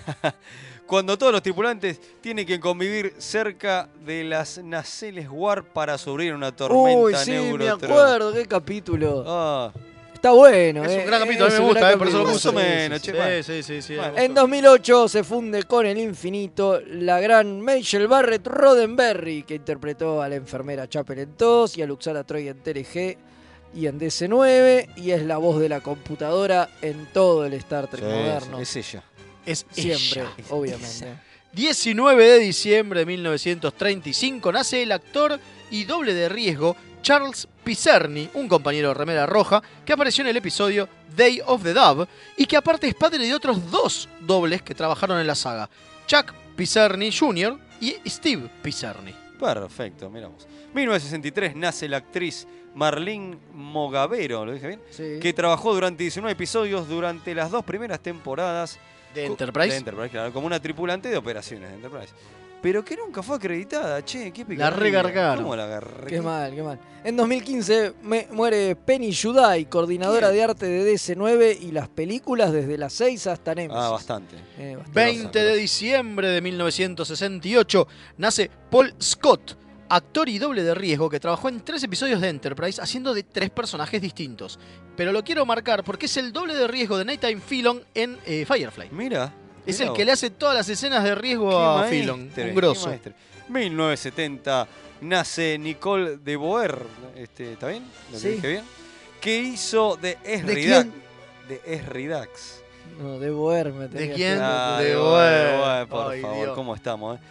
Cuando todos los tripulantes tienen que convivir cerca de las naceles Warp para sobrevivir a una tormenta
Uy, sí, me
neurotron.
acuerdo, qué capítulo.
Ah,
Está bueno,
Es
eh,
un gran capítulo, a mí me
es un
gusta,
gran
eh, por eso lo
capítulo.
puse.
Sí, sí,
menos,
sí,
che, bueno.
sí, sí, sí,
Bueno.
En 2008 se funde con el infinito la gran Michelle Barrett Roddenberry, que interpretó a la enfermera Chapel en TOS y a Luxana Troy en TNG y en DC9, y es la voz de la computadora en todo el Star Trek
sí,
moderno.
es ella.
Es
Siempre,
ella.
obviamente.
19 de diciembre de 1935 nace el actor y doble de riesgo Charles Pizzerni, un compañero de remera roja que apareció en el episodio Day of the Dove y que aparte es padre de otros dos dobles que trabajaron en la saga, Chuck Pizzerni Jr. y Steve Pizzerni.
Perfecto, miramos. 1963 nace la actriz Marlene Mogavero, ¿lo dije bien?
Sí.
Que trabajó durante 19 episodios durante las dos primeras temporadas
¿De
co-
Enterprise?
de Enterprise, claro, como una tripulante de operaciones de Enterprise. Pero que nunca fue acreditada, che, qué picardia.
regargaron.
¿Cómo la agarré?
Qué mal, qué mal. En 2015 me- muere Penny Juday, coordinadora de arte de DC9 y las películas desde las 6 hasta Nemesis.
Ah, bastante.
Eh, bastante.
20 de diciembre de 1968 nace Paul Scott, actor y doble de riesgo que trabajó en tres episodios de Enterprise haciendo de tres personajes distintos. Pero lo quiero marcar porque es el doble de riesgo de Nighttime Philon en eh, Firefly.
Mira.
Es
mirá
el
vos.
que le hace todas las escenas de riesgo
Qué
a
maestre,
Philon.
qué
Un grosso.
maestre. 1970 nace Nicole de Boer. Este, ¿Está bien? ¿Lo
Sí.
que dije bien? Que hizo de Esri Dax.
quién?
De Esri Dax.
No, de Boer me tenía que-
quién?
Ah,
De
de
Boer.
Boer, Boer, por
Ay,
favor,
Dios.
¿cómo estamos? eh?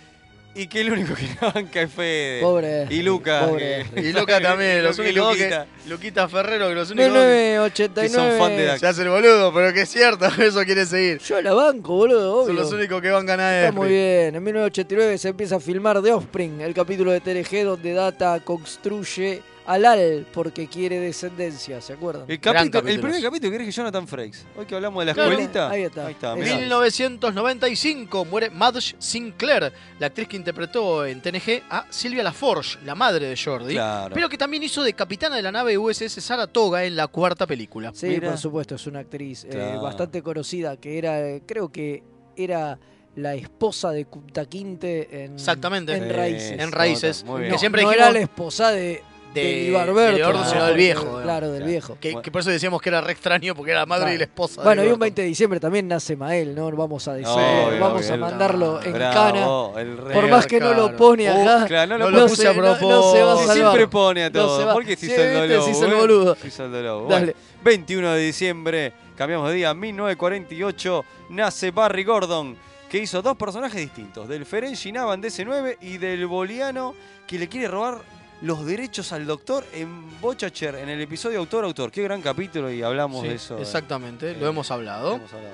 Y que el único que [laughs] la banca es Fede.
Pobre Esri,
Y eh. Lucas.
pobre
que-
Y Luca
[laughs]
también, los
Luca y
únicos dos que.
Luquita.
Luquita Ferrero, que los únicos dos que-
1989.
que son fan de Dax.
Se hace el boludo, pero que es cierto, [laughs] eso quiere seguir.
Yo la banco, boludo,
Son
obvio.
los únicos que van a ganar
Está muy bien. En 1989 se empieza a filmar The Offspring, el capítulo de TNG donde Data construye al Al porque quiere descendencia, ¿se acuerdan?
El,
Gran
capítulo- el
capítulo.
primer capítulo que eres que Jonathan Frakes. Hoy que hablamos de la
Claro.
escuelita.
Ahí está.
Ahí está,
Es
mirá.
el-
1995 muere Madge Sinclair, la actriz que interpretó en TNG a Silvia Laforge, la madre de Jordi,
Claro.
pero que también hizo de capitana de la nave USS Saratoga en la cuarta película.
Sí,
Mira.
por supuesto, es una actriz eh,
Claro.
bastante conocida que era, eh, creo que era la esposa de Kupta Quinte en,
Exactamente.
en
Sí.
Raíces.
En Raíces,
Muy
No,
bien.
que siempre
no
dijimos
era la esposa de,
de-
de Ilibarberto,
de Leonardo, sino del viejo, digamos.
Claro, del
Claro.
viejo.
que, que por eso decíamos que era re extraño porque era la madre y la esposa.
Bueno,
de
y un
Roberto.
20 de diciembre también nace Mael, ¿no? Vamos a decir,
Obvio,
vamos
obvio. Ah,
a mandarlo en cana.
Bravo, el re-
Por más que no lo pone
Oh,
acá,
claro, no
lo
se-
puse a
No, se va a
propósito.
salvar.
Siempre pone a
No se
todo.
va.
¿Por qué se hizo
Sí,
el
viste,
boludo?
se hizo el
eh?
boludo.
Se hizo el boludo.
Dale.
Bueno, 21 de diciembre, cambiamos de día, 1948, nace Barry Gordon, que hizo dos personajes distintos, del Feren Shinaban de DC9 y del Boliano, que le quiere robar los derechos al doctor en Bochacher, en el episodio Autor-Autor. Qué gran capítulo y hablamos
Sí,
de eso. eh.
Exactamente,
eh,
lo hemos hablado.
Hemos hablado.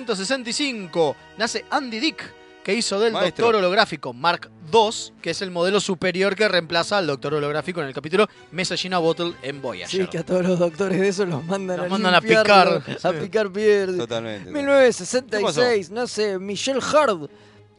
1965 nace Andy Dick, que hizo del
Maestro.
doctor holográfico Mark II, que es el modelo superior que reemplaza al doctor holográfico en el capítulo Message in a Bottle en Voyager.
Sí, que a todos los doctores de eso los mandan,
Los
a,
mandan a
limpiarlo,
picar.
A
Sí.
picar piedras.
Totalmente.
1966 nace Michelle Hard,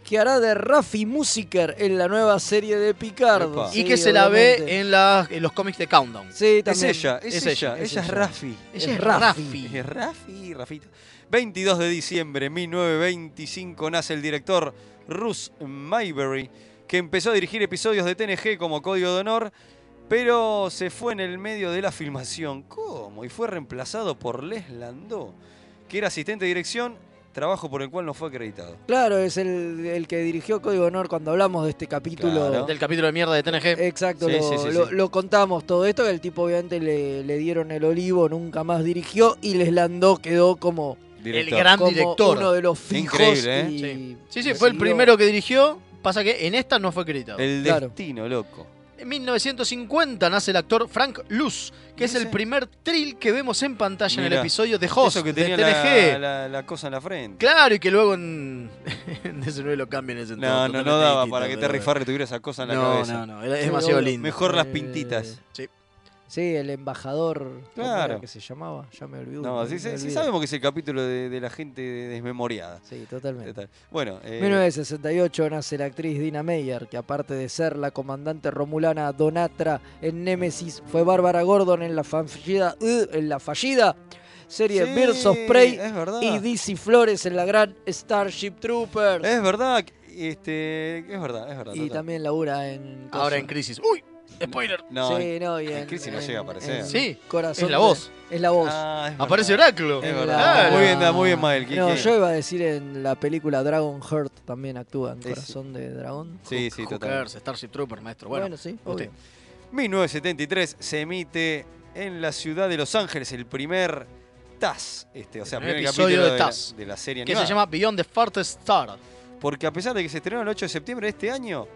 que hará de Rafi Musiker en la nueva serie de Picard.
Epa.
y
Sí,
que se la
obviamente.
ve en, la- en los cómics de Countdown.
Sí,
Es
también.
ella, es,
Es
ella,
ella,
ella,
es
es
ella.
Rafi.
Ella
Es
es
Raffi.
Raffi.
Es Rafi, Rafita. 22 de diciembre de 1925 nace el director Russ Mayberry, que empezó a dirigir episodios de TNG como Código de Honor, pero se fue en el medio de la filmación. ¿Cómo? Y fue reemplazado por Les Landau, que era asistente de dirección trabajo por el cual no fue acreditado.
Claro, es el, el que dirigió Código Honor cuando hablamos de este capítulo.
Claro.
Del capítulo de mierda de TNG.
Exacto,
Sí,
lo,
sí, sí,
lo-
sí.
lo contamos todo esto, que el tipo obviamente le, le dieron el olivo, nunca más dirigió y Les Landó quedó como
El gran
como
director.
Uno de los fijos.
Increíble, ¿eh?
y-
Sí, sí, sí, fue el
decidió-
primero que dirigió. Pasa que en esta no fue acreditado.
El
Claro.
destino, loco.
En 1950 nace el actor Frank Luz, que es el primer trill que vemos en pantalla en el
Mirá,
episodio de Host
Eso que
de
tenía
TNG.
la, la- la cosa en la frente.
Claro, y que luego en, [laughs] en DS9 lo cambian ese
No, no, no daba para que Terry Farley tuviera esa cosa en la
No,
cabeza.
no, no, era- es demasiado
obvio.
lindo.
Mejor las
Eh,
pintitas.
Sí.
Sí, el embajador. ¿Cómo
Claro.
era que se llamaba? Ya me olvidé.
No,
me-
sí, sí,
me
sí
olvidé.
sabemos que es el capítulo de, de la gente desmemoriada.
Sí, totalmente.
Bueno, eh,
1968 nace la actriz Dina Meyer, que aparte de ser la comandante romulana Donatra en Nemesis, fue Bárbara Gordon en la fallida, uh, en la fallida serie
Sí,
Birds of Prey
es verdad.
y Dizzy Flores en la gran Starship Troopers.
es verdad, este, es verdad, es verdad.
y
total.
también labura en.
Ahora
cosa.
en Crisis. ¡Uy! ¡Spoiler!
No,
sí,
en-
no, y
en
en-
Crisis no
en-
llega a aparecer.
en
Sí,
Corazón
es la
de-
voz.
es la voz.
Ah,
Aparece Oráculo.
Es
En
verdad.
la-
Muy bien, da- muy bien, Mael. ¿Qué-
No,
qué?
yo iba a decir en la película Dragon Heart también actúa en
Sí, sí.
Corazón de Dragón.
Sí, sí,
Who
total.
cares, Starship Trooper, maestro. Bueno,
Bueno, sí,
usted.
obvio.
1973 se emite en la ciudad de Los Ángeles el primer TAS, este, o sea,
El
primer
episodio
capítulo
de
de,
TAS.
La, de la serie
Que se
animada.
llama Beyond the Farthest Star.
Porque a pesar de que se estrenó el 8 de septiembre de este año,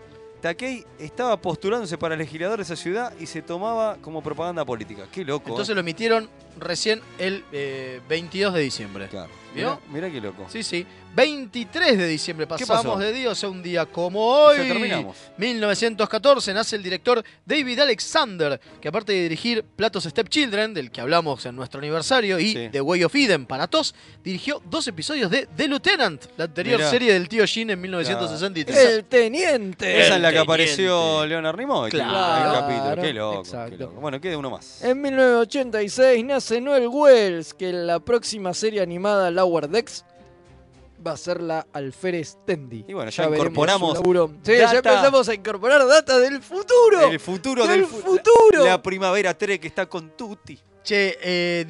Takei estaba postulándose para legislador de esa ciudad y se tomaba como propaganda política. Qué loco. ¿eh?
Entonces lo emitieron recién el eh, 22 de diciembre.
Claro.
¿Vio?
Mirá, mirá qué loco.
Sí, sí. 23 de diciembre
¿Qué
pasamos
pasó?
de día, o sea, un día como hoy.
Ya terminamos.
1914 nace el director David Alexander, que aparte de dirigir Platos Step Children, del que hablamos en nuestro aniversario, y The Way of Eden para TOS, dirigió dos episodios de The Lieutenant, la anterior
Mirá.
serie del tío Jin en 1963.
El teniente.
Esa es la que
teniente.
apareció Leonard Nimoy. que
Eh, Claro. Eh,
en el capítulo. Qué loco,
Exacto.
qué loco. Bueno, quede uno más.
En 1986 nace Noel Wells, que en la próxima serie animada Lower Decks va a ser la Alférez Tendi.
Y bueno, ya
veremos
incorporamos
su laburo. Sí, ya
data.
empezamos a incorporar data del futuro.
El futuro
del
del, fu-
futuro.
La, la primavera 3 que está con Tutti.
Che, eh,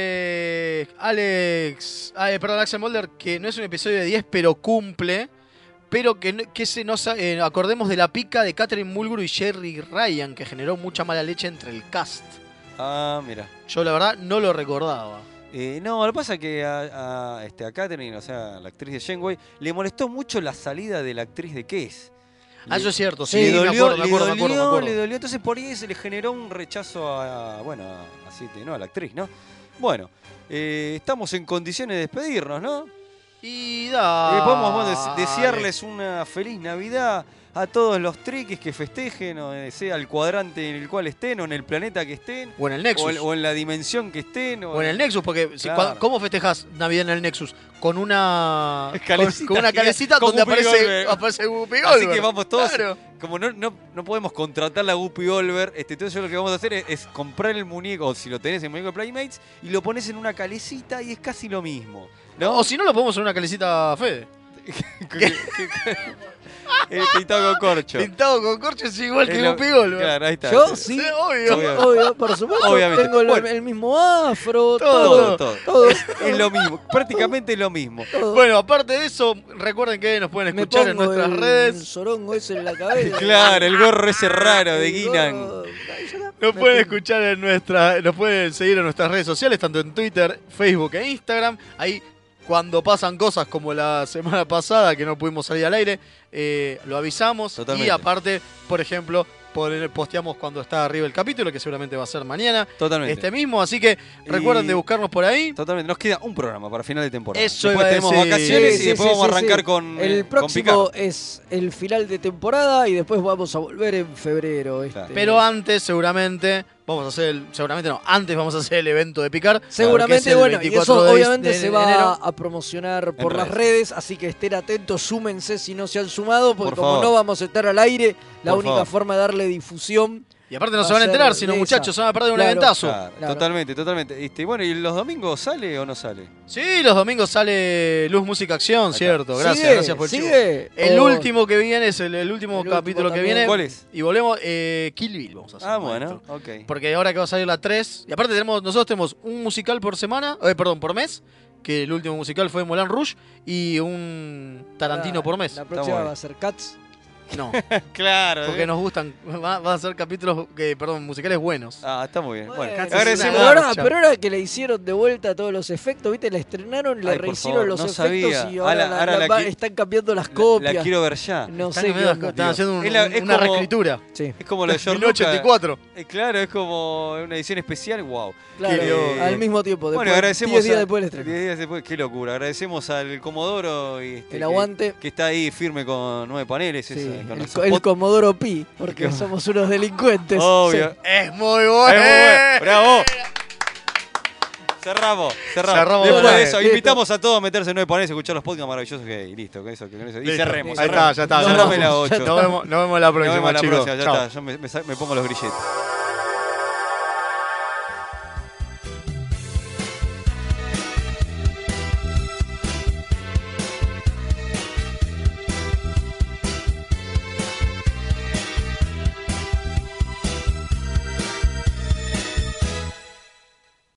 dice Alex, ah, eh, perdón, Axel Mulder, que no es un episodio de 10, pero cumple. Pero que, no- que se nos eh, acordemos de la pica de Catherine Mulgrew y Jerry Ryan, que generó mucha mala leche entre el cast.
Ah, mira.
Yo la verdad no lo recordaba.
Eh, no, lo que pasa es que a, a, este, a Catherine, o sea, la actriz de Shenway, le molestó mucho la salida de la actriz de Kes.
Ah,
Le-
eso es cierto, sí,
le
me
dolió,
acuerdo, me acuerdo,
le
me acuerdo, me
dolió,
acuerdo.
le dolió. Entonces por ahí se le generó un rechazo a, a- bueno, a, a Siete, ¿no? A la actriz, ¿no? Bueno, eh, estamos en condiciones de despedirnos, ¿no?
Y da.
Eh, podemos bueno,
Ah,
des- desearles una feliz Navidad a todos los triquis que festejen, o eh, sea el cuadrante en el cual estén, o en el planeta que estén,
O en el Nexus.
o, en- o en la dimensión que estén,
O en el Nexus, porque si-
Claro.
cua- ¿cómo festejas Navidad en el Nexus? Con
[laughs]
una. con-
Calecita
con una
gigante,
calecita
como
donde
Whoopi
aparece,
Goldberg.
aparece Whoopi
Así
Goldberg.
que vamos todos.
Claro.
Como no, no, no podemos contratar la Guppy Olver, este, entonces lo que vamos a hacer es, es comprar el muñeco, o si lo tenés el muñeco de Playmates, y lo pones en una calecita y es casi lo mismo.
O si no, lo podemos en una calecita Fede.
[laughs] El pintado con Este, corcho.
Pintado con corcho es igual
Es
que
lo-
Whoopi Goldberg.
Claro, ahí está.
Yo sí,
obvio.
obvio, obvio, por supuesto,
Obviamente.
tengo el,
Bueno.
el mismo afro,
Todo,
todo,
todo. [laughs]
todo.
Es lo mismo, prácticamente lo mismo.
Bueno, aparte de eso, recuerden que nos pueden
Me
escuchar en
pongo
nuestras
el
redes.
sorongo ese en la cabeza.
[laughs]
Ah,
Claro, el gorro ese raro de Guinan.
Nos pueden escuchar en nuestra, nos pueden seguir en nuestras redes sociales, tanto en Twitter, Facebook e Instagram. Ahí cuando pasan cosas como la semana [laughs] pasada que no pudimos salir al aire, eh, lo avisamos.
Totalmente.
Y aparte, por ejemplo, poner- posteamos cuando está arriba el capítulo, que seguramente va a ser mañana.
Totalmente.
Este mismo, así que recuerden
Y-
de buscarnos por ahí.
Totalmente, nos queda un programa para final de temporada.
Eso iba
después
a
tenemos
decir.
vacaciones
Sí,
y después vamos a arrancar
Mm,
con eh,
El
con
próximo
Picard.
es el final de temporada y después vamos a volver en febrero. este.
Pero antes, seguramente, vamos a hacer, el- seguramente no, antes vamos a hacer el evento de Picar.
Seguramente, bueno, y eso obviamente se va
a
a promocionar por las
redes.
redes, así que estén atentos, súmense si no se han sumado, porque
Por
como
favor.
no vamos a estar al aire, la
Por
única
favor.
forma de darle difusión.
Y aparte no
va
se van a
ser
enterar, sino
esa.
muchachos, se van a perder un
Claro.
eventazo.
Claro, Totalmente, totalmente. Este, bueno, ¿y los domingos sale o no sale?
Sí, los domingos sale Luz, Música, Acción, cierto. Gracias,
Sigue,
gracias por el chivo.
sigue.
El
O-
último que viene es el, el último
último
capítulo que
también.
viene.
¿Cuál es?
Y volvemos, eh, Kill Bill vamos a hacer.
Ah, bueno,
maestro.
ok.
Porque ahora que va a salir la 3, y aparte tenemos, nosotros tenemos un musical por semana, eh, perdón, por mes, que el último musical fue Moulin Rouge y un Tarantino
Ah,
por mes.
La próxima va a ser Cats.
[laughs]
No.
Pues
claro.
Porque
¿eh?
nos gustan, va- van a ser capítulos, que, perdón, musicales buenos.
Ah, está muy bien. Bueno,
Cats es
agradecemos.
una
Pero ahora,
garcha.
pero ahora que le hicieron de vuelta todos los efectos, ¿viste? La estrenaron, le
Ay, por
rehicieron
favor,
los
no
efectos
sabía.
y ahora,
Ahora-
la-
ahora
la
la
va-
qui-
están cambiando las
La
copias.
quiero ver ya.
No
Están
sé
en
qué
medio-
onda,
están
tío.
haciendo un-
Es la-
un-
es
una
como-
reescritura.
Sí.
Es como la
[laughs]
de George
1984.
Lucas. Eh, claro, es como una edición especial, wow.
Claro, eh, al mismo tiempo, después,
bueno, agradecemos
10 días
a-
después del estreno.
10 días después, qué locura. Agradecemos al Comodoro y este,
El
que-
aguante.
Que, está ahí firme con nueve paneles. esa- con
El,
esos
co- el
pot-
Comodoro Pi,
[laughs]
porque somos unos delincuentes.
Obvio.
Sí.
Es muy
Es muy
bueno. [laughs]
bueno, Bravo. Cerramos, cerramos.
Cerramos
Después
otra
de
vez.
eso,
Listo.
invitamos a todos a meterse en nueve paneles, escuchar los podcasts maravillosos que hay. Listo, con eso, con eso. Y
Listo.
cerremos.
Ahí está, ya está,
Cerrame
cerramos.
la 8.
Nos vemos- nos vemos la próxima,
Nos vemos la
chicos.
próxima, ya
Chao.
está. Yo me- me sa- me pongo los grilletes.